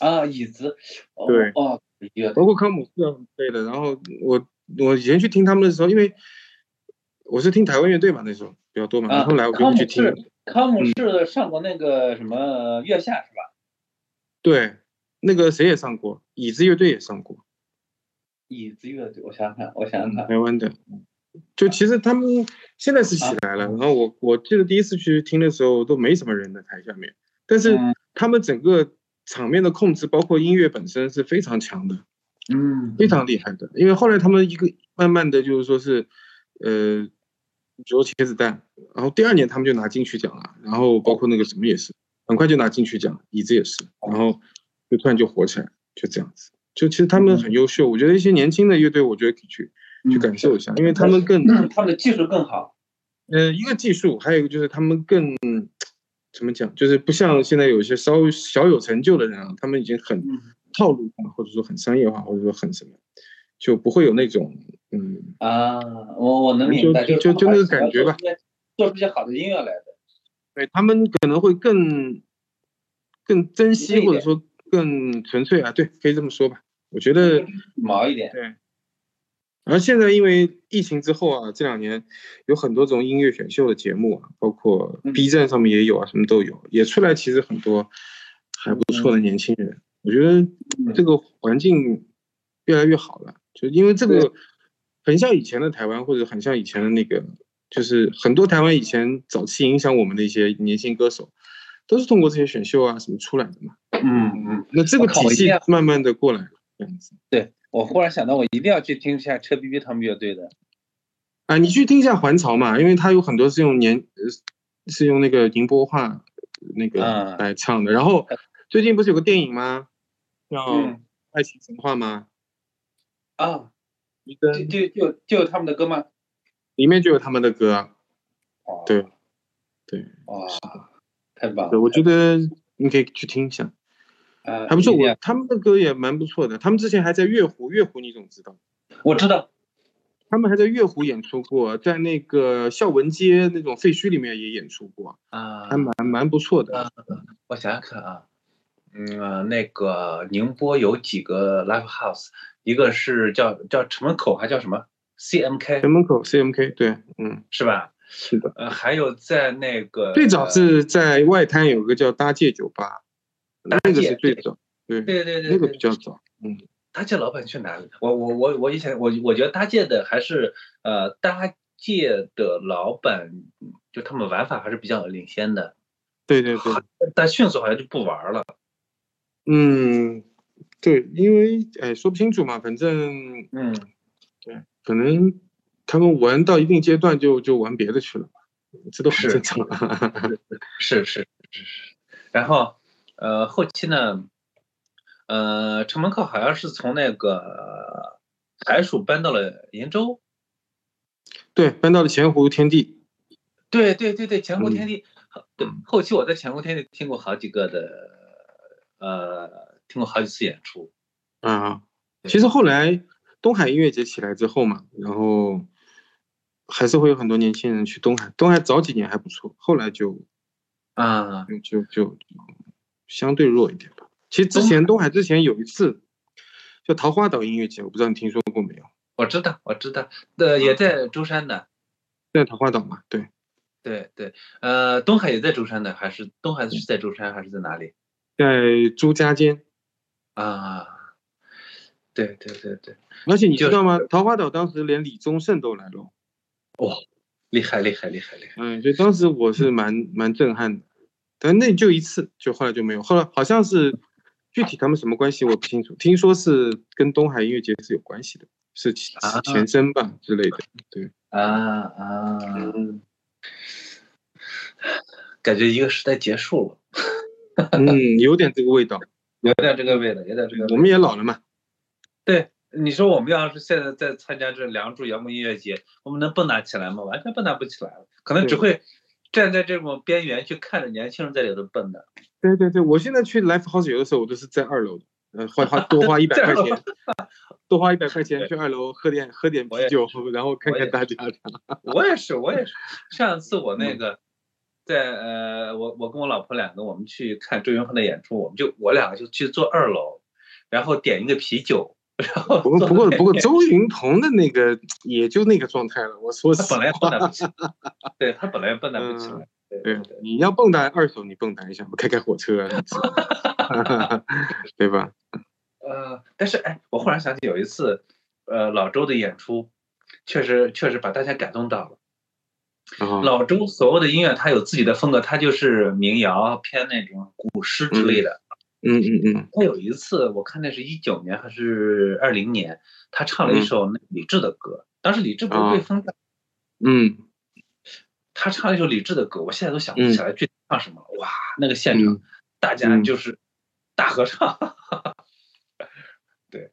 啊，椅子，哦对哦，一个包括康姆斯啊对的。然后我我以前去听他们的时候，因为我是听台湾乐队嘛，那时候比较多嘛，啊然嗯后后来我就康姆会去听，嗯士康姆士上过那个什么月下是吧？对，那个谁也上过，椅子乐队也上过，椅子乐队，我想想看，我想想看，台湾的。就其实他们现在是啊起来了，然后我我记得第一次去听的时候都没什么人在台下面，但是嗯他们整个场面的控制，包括音乐本身是非常强的。嗯非常厉害的，因为后来他们一个慢慢的就是说是，呃，比如茄子蛋，然后第二年他们就拿金曲奖了，然后包括那个什么也是，很快就拿金曲奖，椅子也是，然后就突然就火起来，就这样子。就其实他们很优秀，我觉得一些年轻的乐队，我觉得可以去去感受一下，因为他们更嗯，他们的技术更好，呃，一个技术，还有一个就是他们更怎么讲，就是不像现在有一些稍微小有成就的人啊，他们已经很嗯套路化，或者说很商业化，或者说很什么，就不会有那种嗯，啊，我我能明就白，就就那个感觉吧，做出一些好的音乐来的，对他们可能会更更珍惜，纯粹一点或者说更纯粹啊，对，可以这么说吧。我觉得，毛一点，而现在因为疫情之后啊，这两年有很多种音乐选秀的节目啊，包括嗯 B 站上面也有啊，什么都有，也出来其实很多还不错的年轻人。我觉得嗯这个环境越来越好了，就因为这个很像以前的台湾，或者很像以前的那个，就是很多台湾以前早期影响我们的一些年轻歌手，都是通过这些选秀啊什么出来的嘛。嗯嗯。那这个我靠体我一系定要慢慢的过来了，这样子我忽然想到，我一定要去听一下车 B B 他们乐队的。啊，你去听一下《还潮》嘛，因为它有很多是用年呃是用那个宁波话那个嗯来唱的。然后最近不是有个电影吗？叫《嗯爱情神话》吗？啊，一就就就就有他们的歌吗？里面就有他们的歌啊。哦对，对，哇，太棒对，了！我觉得你可以去听一下，啊，还不错。一定我要他们的歌也蛮不错的，他们之前还在乐湖，乐湖你总知道，我知道，他们还在乐湖演出过，在那个孝文街那种废墟里面也演出过，啊还蛮蛮不错嗯的。我想想看啊，嗯，呃那个宁波有几个 live house，一个是叫叫城门口，还叫什么 CMK 前门口 CMK 对，嗯，是吧？是的。呃，还有在那个最早是在外滩有个叫搭界酒吧，那个界是最对早，对，对对对那个对比较早。嗯，搭界老板去哪里？我我我我以前我我觉得搭界的还是呃搭界的老板，就他们玩法还是比较领先的，对对对，但迅速好像就不玩了。嗯，对，因为哎说不清楚嘛，反正嗯，可能他们玩到一定阶段就就玩别的去了，这都很是正常。是是是是。然后呃后期呢，呃城门口好像是从那个海曙搬到了鄞州， 对，搬到了前湖天地。对对对对，前湖嗯天地，好对，后期我在前湖天地听过好几个的，呃，听过好几次演出。啊，其实后来东海音乐节起来之后嘛，然后还是会有很多年轻人去东海。东海早几年还不错，后来就啊，就就就相对弱一点吧。其实之前东海之前有一次叫桃花岛音乐节，我不知道你听说过没有？我知道，我知道，呃，也在舟山的，在桃花岛嘛，对，对对，呃，东海也在舟山的，还是东海是在舟山还是在哪里在朱家尖。啊？对对对对，而且你就知道吗？桃花岛当时连李宗盛都来了，哦厉害厉害厉害厉害！嗯，所以当时我是蛮蛮震撼的。但那就一次，就后来就没有。后来好像是具体他们什么关系我不清楚，听说是跟东海音乐节是有关系的，是其啊前身吧之类的。啊啊，嗯感觉一个时代结束了，嗯，有点这个味道。有点这个味道，有点这个味我道。们也老了嘛，对，你说我们要是现在在参加这梁祝摇滚音乐节，我们能蹦跶起来吗？完全蹦跶不起来了，可能只会站在这种边缘去看着年轻人在里头蹦的。对对对，我现在去 Live House 有的时候我都是在二楼的，呃，花花多花一 百块钱，多花一百块钱去二楼喝点喝点啤我也酒，然后看我看也大家 这样。我也是，我也是。上次我那个在呃，我我跟我老婆两个，我们去看周云鹏的演出，我们就我两个就去坐二楼，然后点一个啤酒，然后不过坐不过在不过，那边周云鹏的那个也就那个状态 了。我说实他本话，来蹦跶 不起来，对他本来蹦跶不起来，嗯对对对，你要蹦跶二手，你蹦跶一下，开开火车啊，什么之类的 对吧？呃，但是哎，我忽然想起有一次，呃，老周的演出，确实确实把大家感动到了。然后老周所有的音乐，他有自己的风格，他就是民谣偏那种古诗之类的。嗯嗯嗯，他有一次，我看那是一九年还是二零年，他唱了一嗯首那李志的歌，当时李志不是被哦封杀，嗯他唱了一首李志的歌，我现在都想不起来具体唱什么了。哇，那个现场嗯大家嗯就是大合唱， 对，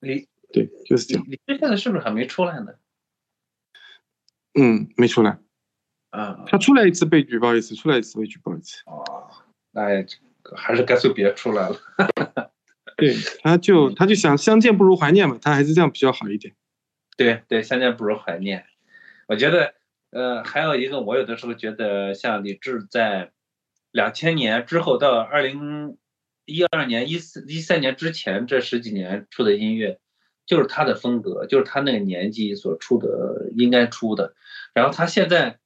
李对，就是这李样。李志现在是不是还没出来呢？嗯，没出来，啊、他出来一次被举报一次，出来一次被举报一次。哦，那也还是干脆别出来了。对，他就他就想相见不如怀念嘛，他还是这样比较好一点。对对，相见不如怀念。我觉得，呃，还有一个，我有的时候觉得，像李志在两千年之后到二零一二年、一四一三年之前这十几年出的音乐，就是他的风格，就是他那个年纪所出的应该出的。然后他现在，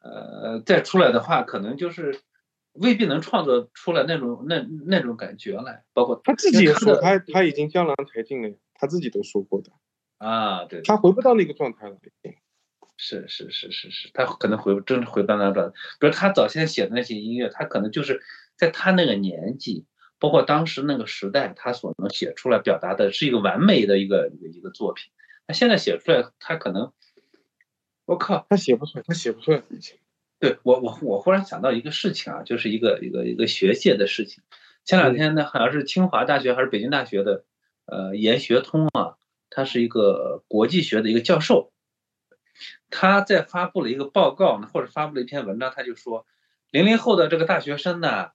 呃，再出来的话，可能就是未必能创作出来那种那那种感觉来，包括他自己也因说为他的他他已经江郎才尽了，他自己都说过的，啊，对，对他回不到那个状态了。已经是是是是是，他可能回真是回到那段，比如他早先写的那些音乐，他可能就是在他那个年纪，包括当时那个时代，他所能写出来表达的是一个完美的一个一个一个作品。他现在写出来，他可能，我靠，他写不出来，他写不出来。已经对我我我忽然想到一个事情啊，就是一个一个一个学界的事情。前两天呢，好像是清华大学还是北京大学的，呃，严学通啊，他是一个国际学的一个教授，他在发布了一个报告呢，或者发布了一篇文章，他就说，零零后的这个大学生呢，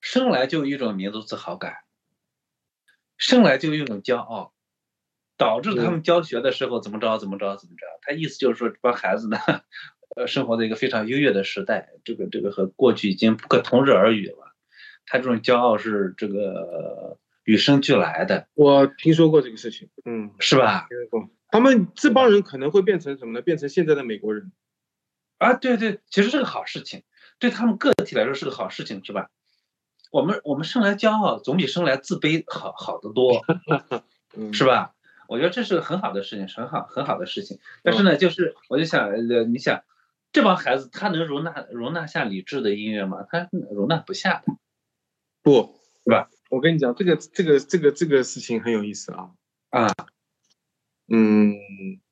生来就有一种民族自豪感，生来就有一种骄傲，导致他们教学的时候怎么着怎么着怎么着。他意思就是说，这帮孩子呢，呃，生活在一个非常优越的时代，这个这个和过去已经不可同日而语了。他这种骄傲是这个与生俱来的，我听说过这个事情，嗯，是吧？听说过。他们这帮人可能会变成什么呢？变成现在的美国人。啊，对对，其实是个好事情，对他们个体来说是个好事情，是吧？我们我们生来骄傲，总比生来自卑好好得多。嗯是吧？我觉得这是个很好的事情，是很好很好的事情。但是呢，嗯就是我就想，呃，你想，这帮孩子他能容纳容纳下李志的音乐吗？他容纳不下的。不，是吧？我跟你讲，这个这个这个这个事情很有意思啊。啊，嗯，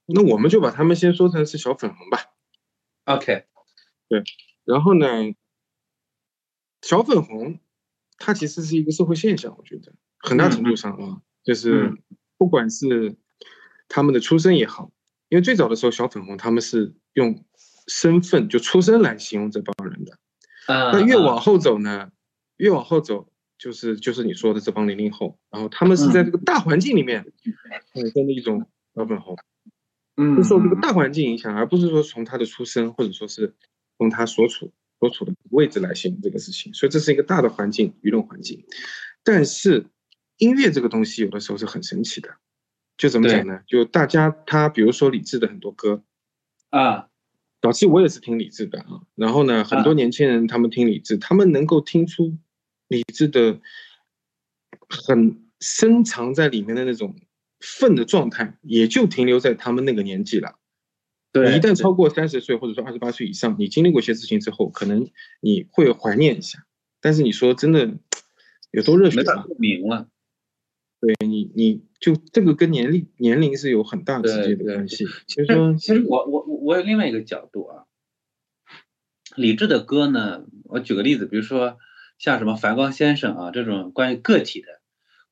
那我们就把他们先说成是小粉红吧。 OK，然后呢，小粉红，它其实是一个社会现象，我觉得很大程度上啊，就是嗯不管是他们的出身也好，因为最早的时候小粉红他们是用身份就出身来形容这帮人的，啊、那越啊往后走呢，越往后走就是就是你说的这帮零零后，然后他们是在这个大环境里面产生的一种小粉红，嗯，是受这个大环境影响，而不是说从他的出身或者说是从他所处所处的位置来形容这个事情。所以这是一个大的环境，舆论环境。但是音乐这个东西有的时候是很神奇的，就怎么讲呢？就大家他比如说李志的很多歌，啊，早期我也是听李志的啊。然后呢，很多年轻人他们听李志，他们能够听出李志的很深藏在里面的那种愤的状态，也就停留在他们那个年纪了。对，你一旦超过三十岁，或者说二十八岁以上，你经历过一些事情之后，可能你会怀念一下。但是你说真的，有时候热血没法吧，共鸣了，你你就这个跟年龄年龄是有很大直接对的对关系。所以但说，其实我我我我有另外一个角度啊，李志的歌呢，我举个例子，比如说像什么《繁光先生》啊这种关于个体的、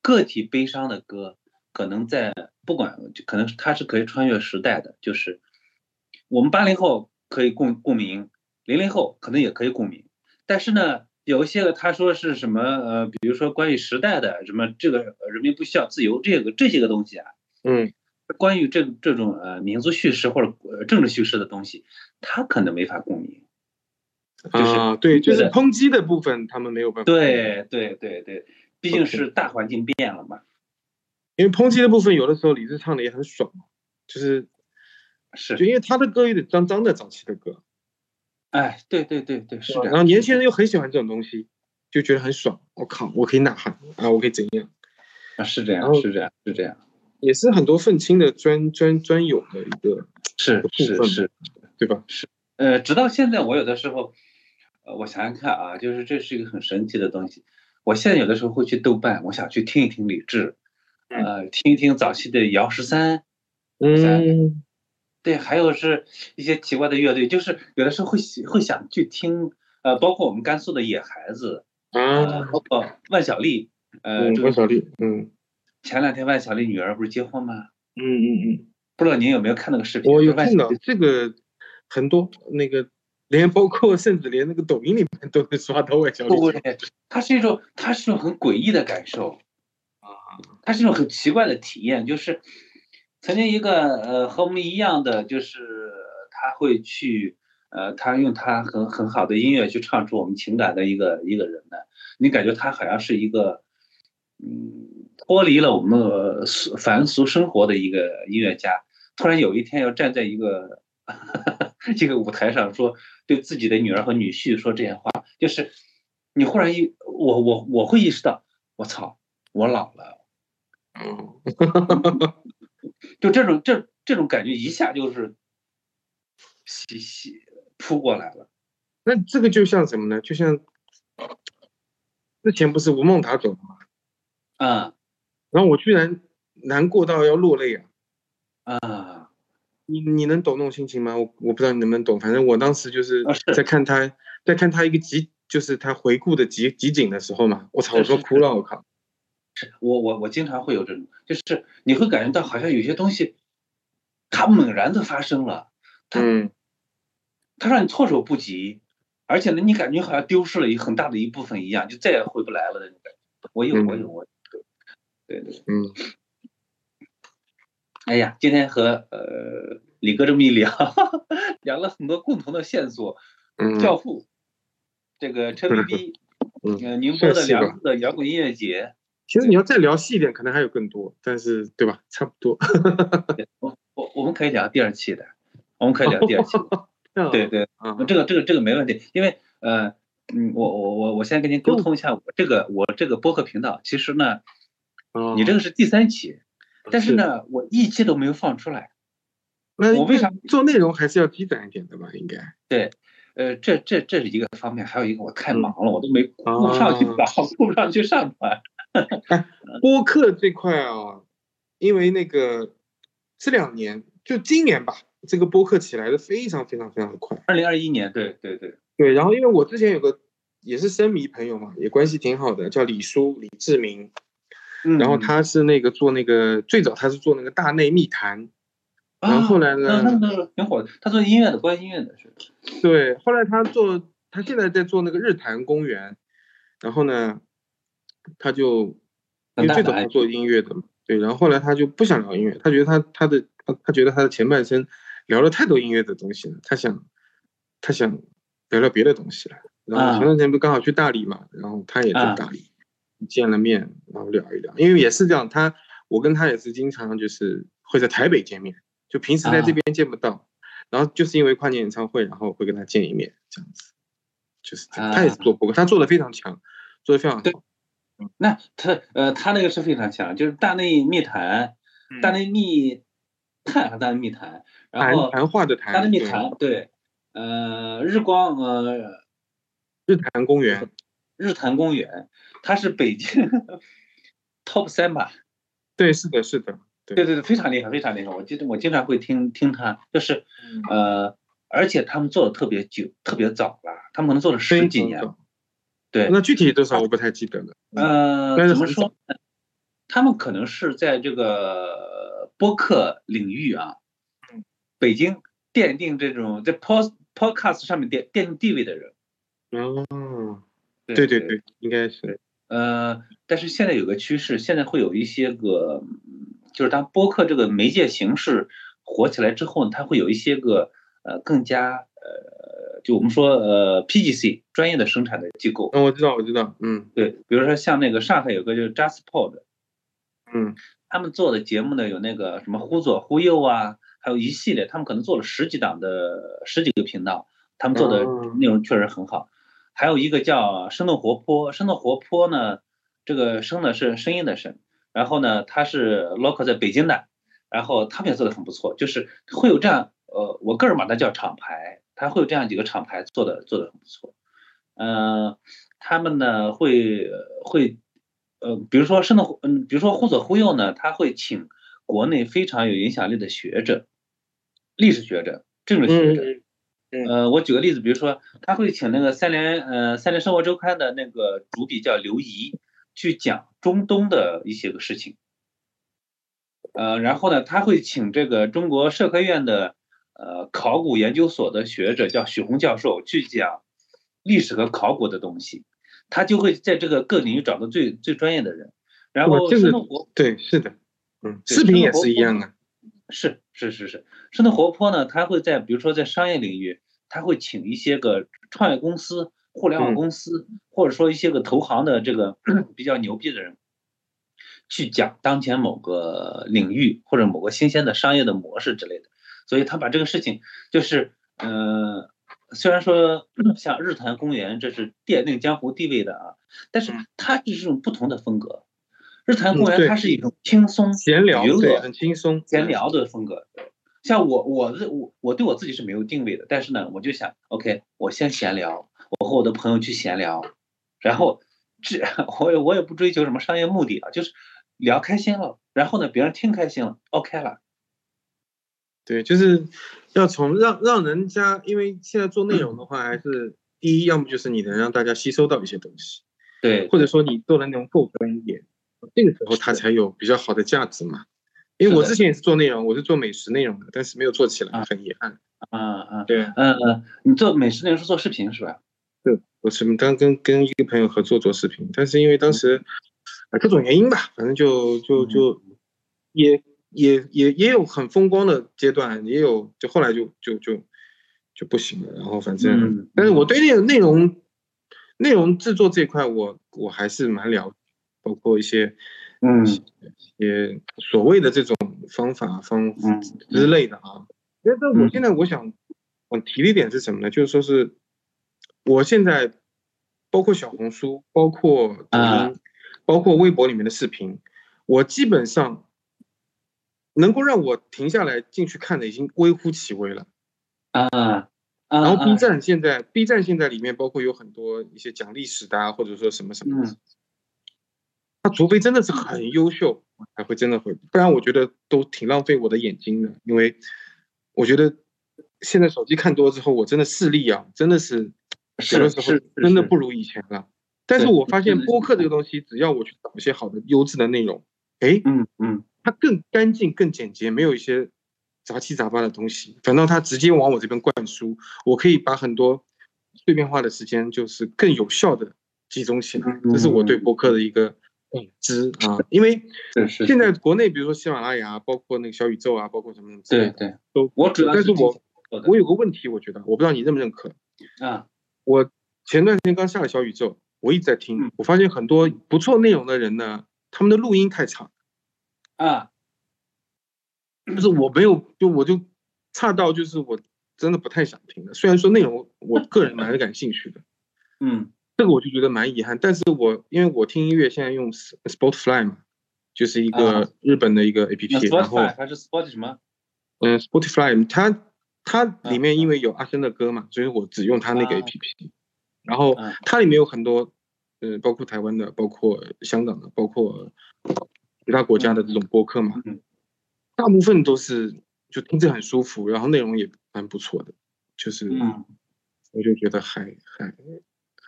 个体悲伤的歌，可能在不管可能它是可以穿越时代的，就是我们八零后可以共共鸣，零零后可能也可以共鸣，但是呢。有一些个他说是什么呃，比如说关于时代的什么这个呃人民不需要自由这个这些个东西啊，嗯，关于这这种呃民族叙事或者呃政治叙事的东西，他可能没法共鸣。就是啊，对，就是对的抨击的部分他们没有办法。，对对对对，毕竟是大环境变了嘛。，因为抨击的部分有的时候李志唱的也很爽，就是就是因为他的歌有点脏脏的，早期的歌，哎，对对对对，是然的，后年轻人又很喜欢这种东西，就觉得很爽。我靠，我可以呐喊啊，我可以怎样？啊是这然样，后是这样，是这样，也是很多愤青的专专专有的一个，是部是分是。对吧？呃，直到现在，我有的时候，呃，我想想看啊，就是这是一个很神奇的东西。我现在有的时候会去豆瓣，我想去听一听李志，呃，听一听早期的姚十三，嗯，对，还有是一些奇怪的乐队，就是有的时候会喜会想去听，呃，包括我们甘肃的野孩子，呃，啊，包括万晓利，呃，嗯，这关个小丽，嗯前两天万晓利女儿不是结婚吗？嗯嗯嗯。不知道您有没有看那个视频？我就有万看晓到利这个很多那个，连包括 甚至连那个抖音里面都能刷到外小不李不，它是一种，它是一种很诡异的感受，啊，它是一种很奇怪的体验，就是曾经一个呃和我们一样的，就是他会去呃，他用他很很好的音乐去唱出我们情感的一个一个人呢，你感觉他好像是一个嗯脱离了我们呃俗凡俗生活的一个音乐家，突然有一天要站在一个 这个舞台上说对自己的女儿和女婿说这些话，就是你忽然一我我我会意识到，我操，我老了，嗯就这种这这种感觉一下就是袭袭扑过来了。那这个就像什么呢？就像之前不是吴孟达走了嘛，啊然后我居然难过到要落泪啊！啊你你能懂那种心情吗？我我不知道你能不能懂，反正我当时就是啊是在看他，在看他一个集，就是他回顾的集集锦的时候嘛，我操，我是是说哭了，我靠！我我我经常会有这种，就是你会感觉到好像有些东西，它猛然的发生了，嗯，它让你措手不及，而且呢，你感觉好像丢失了一很大的一部分一样，就再也回不来了那种感觉。我有，我有，我有。对对，对嗯，哎呀，今天和呃李哥这么一聊， 聊了很多共同的线索，嗯教父，这个车 BB，嗯呃，宁波的算是吧两的摇滚音乐节，其实你要再聊细一点，可能还有更多，但是对吧？差不多。我我们可以聊第二期的，我们可以聊第二期的， 对对，啊，这个这个这个没问题，因为呃，嗯，我我我我先跟您沟通一下，我这个我这个播客频道，其实呢，哦你这个是第三期，但是是，呢，我一期都没有放出来，那我为啥那做内容还是要积攒一点的吧？应该呃，这这这是一个方面，还有一个我太嗯忙了，我都没顾不上去啊打，顾不上去上传，播客这块啊，因为那个这两年就今年吧，这个播客起来的非常非常非常的快。二零二一年，对对对，对，然后因为我之前有个也是生迷朋友嘛，也关系挺好的，叫李叔李志明，嗯然后他是那个做那个最早他是做那个大内密谈，啊然后后来呢那那个挺火的，他做音乐的，关于音乐的是，对，后来他做，他现在在做那个日坛公园，然后呢，他就很因为大最的早他 IP 做音乐的嘛，对，然后后来他就不想聊音乐，他觉得他他的他他觉得他的前半生聊了太多音乐的东西了，他想他想聊聊别的东西了。然后啊前段时间不刚好去大理嘛，然后他也在啊大理、见了面，然后聊一聊，因为也是这样，他我跟他也是经常就是会在台北见面，就平时在啊这边见不到，然后就是因为跨年演唱会，然后会跟他见一面这样子，就是这样、他也是做播客，他做的非常强，做的非常啊对好，那他呃，他那个是非常强，就是大内密谈，嗯大内密探和大内密谈，然谈后谈话的大内谈，密对谈对，呃，日光呃日坛公园，日坛公园，它是北京 top 三吧？对，是的，是的，对对对，非常厉害，非常厉害。我记得我经常会听听他，就是呃，而且他们做的特别久，特别早了，他们可能做了十非几常年了。懂对那具体多少我不太记得了。但呃，是怎么嗯很说呢？他们可能是在这个播客领域啊，嗯北京奠定这种在 pod podcast 上面奠奠定地位的人。哦，对对，对，应该是呃，但是现在有个趋势，现在会有一些个，嗯就是当播客这个媒介形式火起来之后呢，它会有一些个呃更加呃，就我们说呃 PGC 专业的生产的机构，嗯，我知道，我知道，嗯对，比如说像那个上海有个就是 JustPod，嗯他们做的节目呢，有那个什么忽左忽右啊，还有一系列，他们可能做了十几档的十几个频道，他们做的哦内容确实很好。还有一个叫生动活泼，生动活泼呢，这个生呢是声音的声，然后呢，它是 local 在北京的，然后他们也做的很不错，就是会有这样，呃，我个人把它叫厂牌，它会有这样几个厂牌做的做的很不错，嗯、他们呢会会，呃，比如说生动，嗯，比如说忽左忽右呢，他会请国内非常有影响力的学者，历史学者、政治学者，嗯呃，我举个例子，比如说他会请那个三联呃三联生活周刊的那个主笔叫刘怡去讲中东的一些个事情，呃，然后呢，他会请这个中国社科院的呃考古研究所的学者叫许宏教授去讲历史和考古的东西，他就会在这个各领域找到最最专业的人，然哇后这生个动活对，是的，嗯，对视频生也活是一活样的，是是是是，生动活泼呢，它会在比如说在商业领域，它会请一些个创业公司、互联网嗯公司，或者说一些个投行的这个 比较牛逼的人，去讲当前某个领域或者某个新鲜的商业的模式之类的。所以他把这个事情，就是呃，虽然说 像日坛公园这是奠定江湖地位的啊，但是嗯它是这种不同的风格。日坛公嗯园对它是一种轻松、闲聊娱对，乐、很轻松，闲聊的风格。像我，我的我我对我自己是没有定位的，但是呢，我就想，OK，我先闲聊，我和我的朋友去闲聊，然后这 我也我也不追求什么商业目的啊，就是聊开心了，然后呢，别人听开心了，OK 了，对，就是要从让让人家，因为现在做内容的话，还是第一，要么就是你能让大家吸收到一些东西，对，或者说你做的内容够专业，这个时候它才有比较好的价值嘛。因为是我的之前也是做内容，我是做美食内容的，但是没有做起来，啊很遗憾。嗯嗯对，嗯嗯，你做美食内容是做视频是吧？我什么当跟跟一个朋友合作做视频，但是因嗯为当时呃各种原因吧，反正就就就也也也也有很风光的阶段，也有就后来就就就就不行了。然后反正，嗯但是我对内容内容内容制作这一块我，我还是蛮了解，包括一些嗯一些所谓的这种方法方嗯之类的啊。但但我嗯现在我想我提的一点是什么呢？就是说是我现在包括小红书，包括抖音，啊包括微博里面的视频，我基本上能够让我停下来进去看的已经微乎其微了。啊啊，然后啊 B 站现在、b 站现在里面包括有很多一些讲历史的、啊，或者说什么什么的嗯，他、除非真的是很优秀，我才会真的会，不然我觉得都挺浪费我的眼睛的，因为我觉得现在手机看多之后，我真的视力啊，真的是是有的时是候是真的是不如以前了。但是对我发真现的是播客这个东西，只要我去找一些好的、优质的内容，诶，嗯嗯它更干净、更简洁，没有一些杂七杂八的东西。反倒它直接往我这边灌输，我可以把很多碎片化的时间，就是更有效的集中起来。嗯这是我对播客的一个感知啊，因为是是，现在国内，比如说喜马拉雅啊，包括那个小宇宙啊，包括什么什么之类对的，对，都我主要但是听我我的我有个问题，我觉得我不知道你认不认可。啊我前段时间刚下了小宇宙，我一直在听嗯，我发现很多不错内容的人呢，他们的录音太差，啊，但是我没有，就我就差到就是我真的不太想听了。虽然说内容我个人蛮感兴趣的，嗯这个我就觉得蛮遗憾。但是我因为我听音乐现在用 S- Spotify 嘛，就是一啊个日本的一个 A P 那 P，、然后 Spotify 还是 Spot 什么？嗯 Spotify 它它里嗯面因为有阿森的歌嘛，所以我只用它那个啊 A P P，、然后嗯它里面有很多呃，包括台湾的，包括香港的，包括其他国家的这种播客嘛，嗯大部分都是就听着很舒服，然后内容也蛮不错的，就是嗯我就觉得还还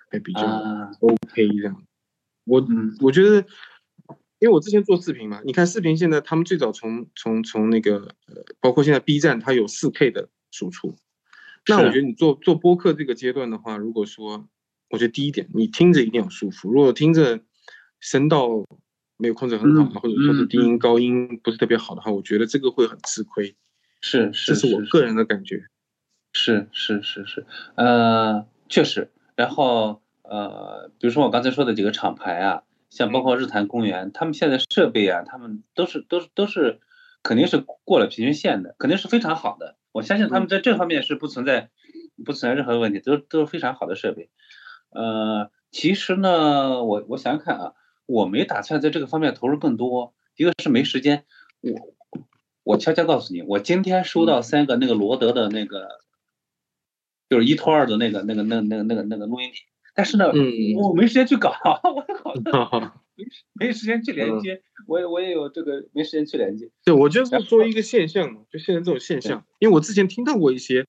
还比较啊 OK 这样。我嗯我觉得，因为我之前做视频嘛，你看视频现在他们最早从从从那个呃，包括现在 B 站它有4 K 的输出，那是我觉得你做做播客这个阶段的话，如果说我觉得第一点，你听着一定要舒服，如果听着声道没有控制很好，啊嗯或者说是嗯低音高音不是特别好的话，我觉得这个会很吃亏，是这是是我个人的感觉。是是是是，呃，确实。然后呃，比如说我刚才说的几个厂牌啊，像包括日坛公园，他们现在设备啊，他们都是都是都是肯定是过了平均线的，肯定是非常好的。我相信他们在这方面是不存在不存在任何问题，都都是非常好的设备。呃，其实呢，我我想想看啊，我没打算在这个方面投入更多，一个是没时间，我我悄悄告诉你，我今天收到三个那个罗德的那个，就是一拖二的那个那个那个那个那个那个录音体，但是呢， 嗯我没时间去搞， 我搞哈哈。没时间去连嗯接，我也我也有这个没时间去连接，对，我就是然说一个现象嘛，就现在这种现象，因为我之前听到过一些，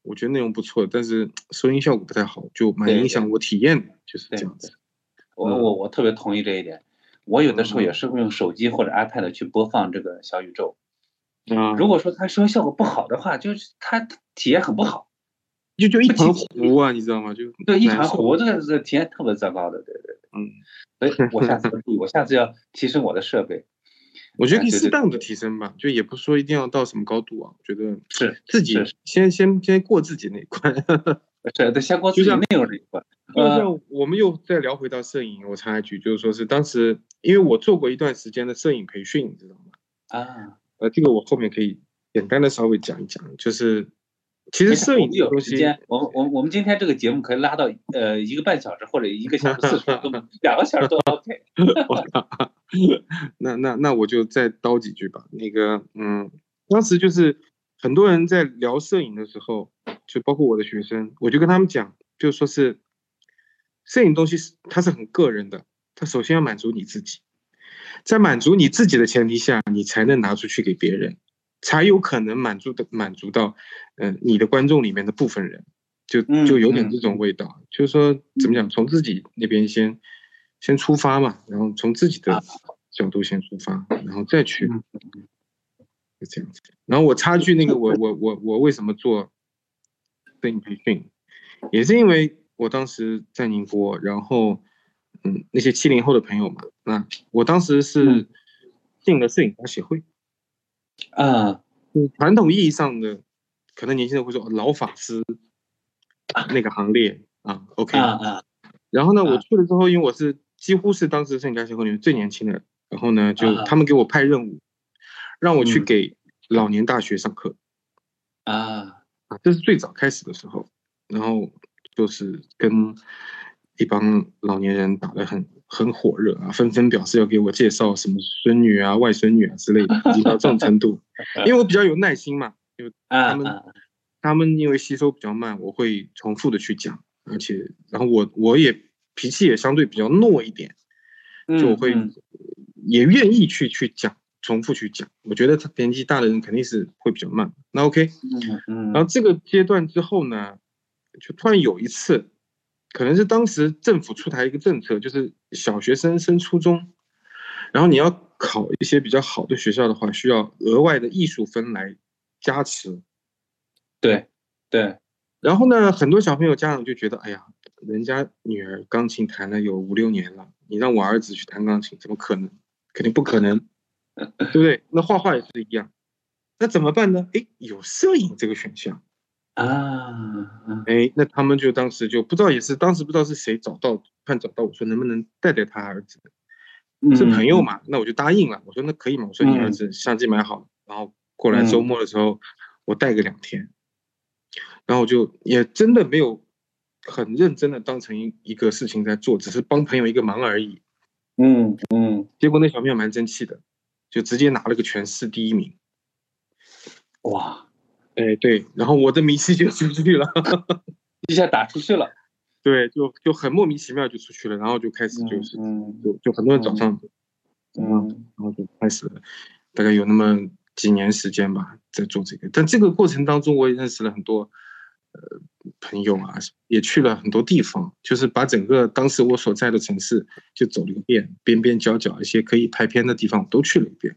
我觉得内容不错，但是收音效果不太好，就蛮对影响我体验的，就是对这样子。我嗯我我特别同意这一点。我有的时候也是会用手机或者 iPad 去播放这个小宇宙。啊如果说它收音效果不好的话，就是它体验很不好，就就一不团仅糊啊，你知道吗？ 就对一难团受糊，这个这体验特别糟糕的，对对。嗯，所以我 下次要注意，我下次要提升我的设备。我觉得可以哎对对适当的提升吧，就也不说一定要到什么高度啊。我觉得是自己是呃先先先过自己那一关。 是得先过自己内容这一关。就呃，像我们又再聊回到摄影，我插一句，就是说是当时因为我做过一段时间的摄影培训，你知道吗？啊，呃，这个我后面可以简单的稍微讲一讲，就是其实没事摄我影们这个有东时西，间，我们我们我们今天这个节目可以拉到呃一个半小时或者一个小时四十分 钟，两个小时都 OK。那那那我就再叨几句吧。那个，嗯，当时就是很多人在聊摄影的时候，就包括我的学生，我就跟他们讲，就说是摄影东西是它是很个人的，它首先要满足你自己，在满足你自己的前提下，你才能拿出去给别人，才有可能满足的满足到，嗯、你的观众里面的部分人，就嗯就有点嗯这种味道，就是说怎么讲，从自己那边先先出发嘛，然后从自己的啊角度先出发，然后再去嗯就这样子。然后我插句那个我我我我为什么做摄影培训，也是因为我当时在宁波，然后嗯那些七零后的朋友嘛，那我当时是嗯进了摄影家协会，啊嗯，传统意义上的可能年轻人会说哦老法师那个行列啊，OK，啊啊然后呢，我啊去了之后，因为我是几乎是当时圣家协会里面最年轻的人，然后呢，就啊他们给我派任务，让我去嗯给老年大学上课啊！啊，这是最早开始的时候，然后就是跟一帮老年人打得很很火热啊，纷纷表示要给我介绍什么孙女啊、外孙女啊之类的，已经到这种 程度，因为我比较有耐心嘛，啊他们啊他们因为吸收比较慢，我会重复的去讲，而且然后我我也脾气也相对比较懦一点，嗯就我会嗯也愿意去去讲，重复去讲。我觉得他年纪大的人肯定是会比较慢。那 OK，嗯然嗯后这个阶段之后呢，就突然有一次，可能是当时政府出台一个政策，就是小学生升初中，然后你要考一些比较好的学校的话，需要额外的艺术分来加持。对对然后呢，很多小朋友家长就觉得，哎呀，人家女儿钢琴弹了有五六年了，你让我儿子去弹钢琴，怎么可能？肯定不可能，对不对？那画画也是一样，那怎么办呢？哎，有摄影这个选项，啊啊哎，那他们就当时就不知道也是当时不知道是谁找到，突然找到我说能不能带带他儿子嗯是朋友嘛，那我就答应了。我说那可以嘛，我说你儿子相机买好了，然后嗯过来周末的时候我带个两天，然后我就也真的没有很认真的当成一一个事情在做，只是帮朋友一个忙而已。嗯嗯，结果那小朋友蛮争气的，就直接拿了个全市第一名。哇，哎对，然后我的迷失就出去了， 一下打出去了。对，就就很莫名其妙就出去了，然后就开始就是嗯就就很多人早上，嗯然后就开始了，大概有那么几年时间吧，在做这个。但这个过程当中，我也认识了很多呃朋友啊，也去了很多地方，就是把整个当时我所在的城市就走了一遍，边边角角一些可以拍片的地方我都去了一遍，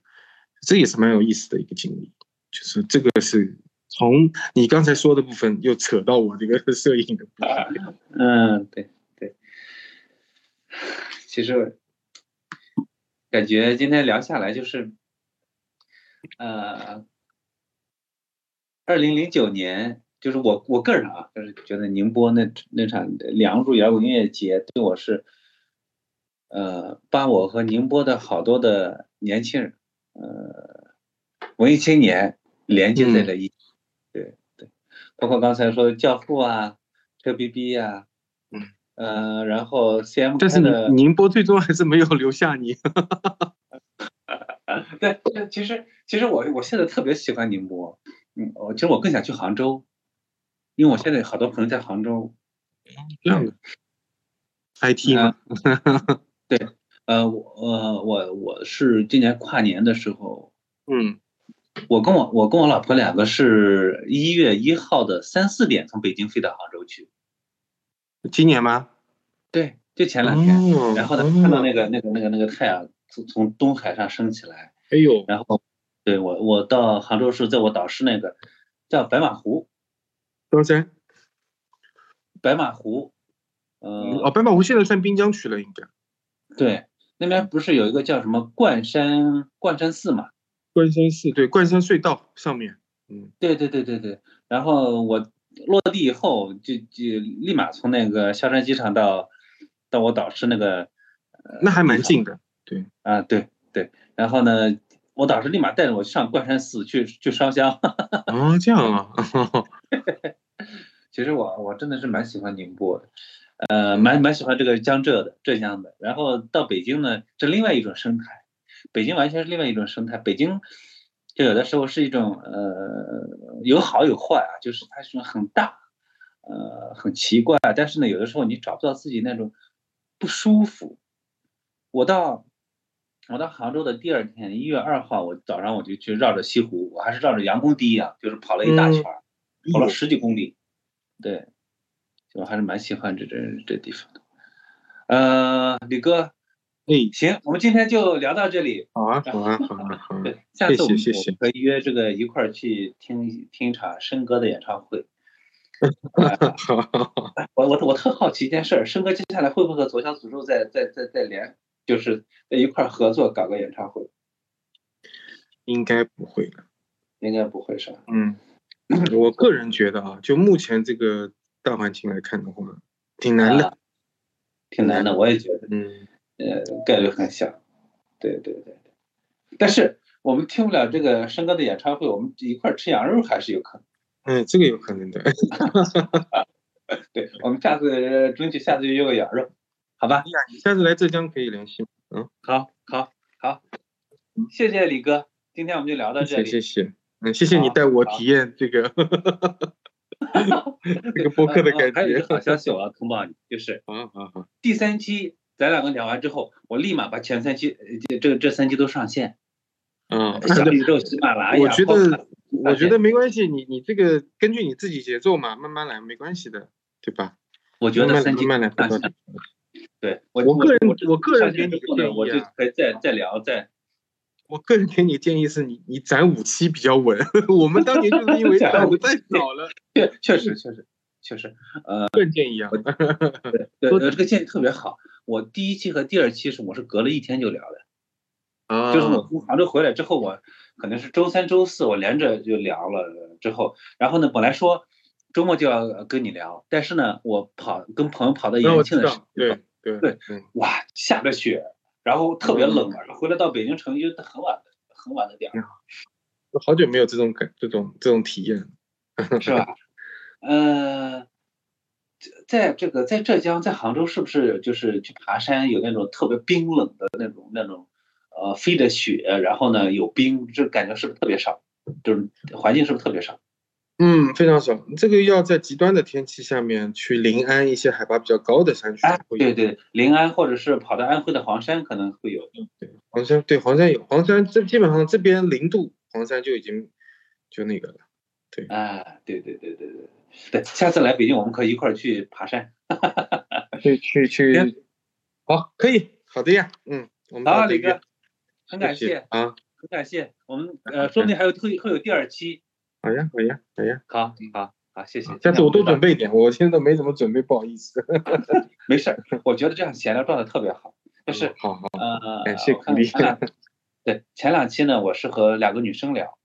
这也是蛮有意思的一个经历。就是这个是从你刚才说的部分又扯到我这个 摄影的部分。 嗯，对对。其实感觉今天聊下来就是，呃，二零零九年，就是我我个人啊，就是觉得宁波那那场梁祝摇滚音乐节对我是，呃，把我和宁波的好多的年轻人，呃，文艺青年连接在了一起。对对，包括刚才说的《教父》啊，《车 BB》呀，嗯，呃，然后 CM 但是开的宁宁波最终还是没有留下你。 对，对其实其实我我现在特别喜欢宁波，嗯，我其实我更想去杭州，因为我现在有好多朋友在杭州，这 样的 IT 吗？啊 呃，我呃我我是今年跨年的时候，嗯，我跟我我跟我老婆两个是一月一号的三四点从北京飞到杭州去，今年吗？对，就前两天，哦，然后呢看到哦那个那个那个那个太阳从从东海上升起来，哎呦，然后对我我到杭州是在我导师那个叫白马湖，高山白马湖，呃哦，白马湖现在算滨江区了，应该。对，那边不是有一个叫什么冠山冠山寺嘛？冠山市对，冠山隧道上面。嗯，对对对对对。然后我落地以后，就就立马从那个萧山机场到到我导师那个呃那还蛮近的。啊，对对。然后呢，我导师立马带着我上冠山寺去去烧香。哦，这样啊。其实我我真的是蛮喜欢宁波的，呃，蛮蛮喜欢这个江浙的浙江的。然后到北京呢，这另外一种生态，北京完全是另外一种生态。北京就有的时候是一种呃有好有坏啊，就是它是一种很大，呃很奇怪，但是呢，有的时候你找不到自己那种不舒服。我到我到杭州的第二天，一月二号，我早上我就去绕着西湖，我还是绕着杨公堤啊，就是跑了一大嗯圈儿。跑了十几公里，对，我还是蛮喜欢这这这地方的。呃，李哥，哎，行，我们今天就聊到这里。好啊，好啊，好啊，好啊。对，下次我们谢谢我们可以约这个一块儿去听听一场申哥的演唱 会。呃好好好，我我我特好奇一件事儿，申哥接下来会不会和左小诅咒再再再再联，就是在一块儿合作搞个演唱会？应该不会了。应该不会是吧？嗯，我个人觉得啊，就目前这个大环境来看的话，挺难的。啊挺难的，我也觉得。嗯，呃，概率很小。对对对对，但是我们听不了这个申哥的演唱会，我们一块儿吃羊肉还是有可能。哎，这个有可能的。 对，我们下次呃争取下次就约个羊肉，好吧？你下次来浙江可以联系吗？好，好，好，谢谢李哥，今天我们就聊到这谢谢里。谢谢，嗯，谢谢你好带我好体验 这个 这个播客的呃感还有一觉个。好消 息我要通报你，就是好好好，第三期咱两个聊完之后，我立马把前三期呃这这这三期都上线，嗯，小宇宙、喜马拉雅，我觉包括得我觉得没关系，你你这个根据你自己节奏嘛，慢慢来，没关系的，对吧？我我觉得慢慢三来期慢慢来，上不着线急对我个人这我个人上线给之你后建呢，我议就啊可以再再聊再。我个人给你建议是你你攒五期比较稳， 我们当年就是 因为攒攒五的太少了，确确实确实确实，个人建议 啊，对，多呃这个建议特别好。我第一期和第二期是我是隔了一天就聊的，啊就是我从杭州回来之后，我可能是周三、周四我连着就聊了之后，然后呢，本来说周末就要呃跟你聊，但是呢，我跑跟朋友跑到嗯那我延庆知的时候道，，对对嗯对对，哇，下着雪，然后特别嗯冷，然后回来到北京城就很晚的很晚的点儿，我好久没有这种感这种这种体验，是吧？呃，在这个在浙江在杭州是不是就是去爬山有那种特别冰冷的那种那种呃飞着雪，然后呢有冰，这感觉是不是特别少？就是环境是不是特别少？嗯，非常少。这个要在极端的天气下面去临安一些海拔比较高的山区哎，会对有。对，临安或者是跑到安徽的黄山可能会有。对，黄山对黄山有黄山，这基本上这边零度，黄山就已经就那个了。啊，对对对对对对，下次来北京我们可以一块儿去爬山。啊去去去，好，可以，好的呀，嗯，我们好，到这李边哥，很感谢谢谢，啊，很感谢，我们 呃，说不定还有会会有第二期。好呀，好呀，好呀，好，好，好，谢谢。嗯下次我多准备。备一点，我现在都没怎么准备，不好意思。没事儿，我觉得这样闲聊状态特别好。就是，好好，呃，感谢我看鼓励前两对，前两期呢，我是和两个女生聊，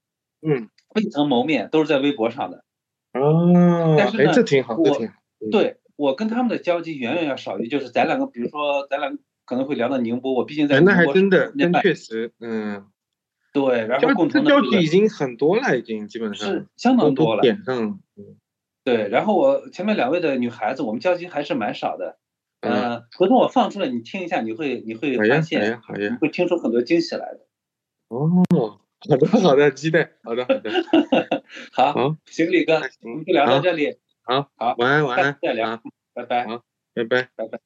嗯，未曾谋面，都是在微博上的。啊，但是呢哎，这挺好，我这挺好，嗯对我跟他们的交集远远要少于，就是咱两个，比如说咱俩可能会聊到宁波，我毕竟在哎，宁那还波真的，十年真半确实，嗯，对，然后交共这同的交这集个已经很多了，已经基本是上相都当多都了。点上了，嗯对，然后我前面两位的女孩子，我们交集还是蛮少的。嗯，呃，回头我放出来，你听一下，你会你会好发呀，好现，呀，好你呀，会听出很多惊喜来的。 哦，好的，好的，期待，好的，好 的，好好，行，李哥那，我们行就聊到好这里，好，好，晚安，晚下安次，再聊好，拜拜。拜拜。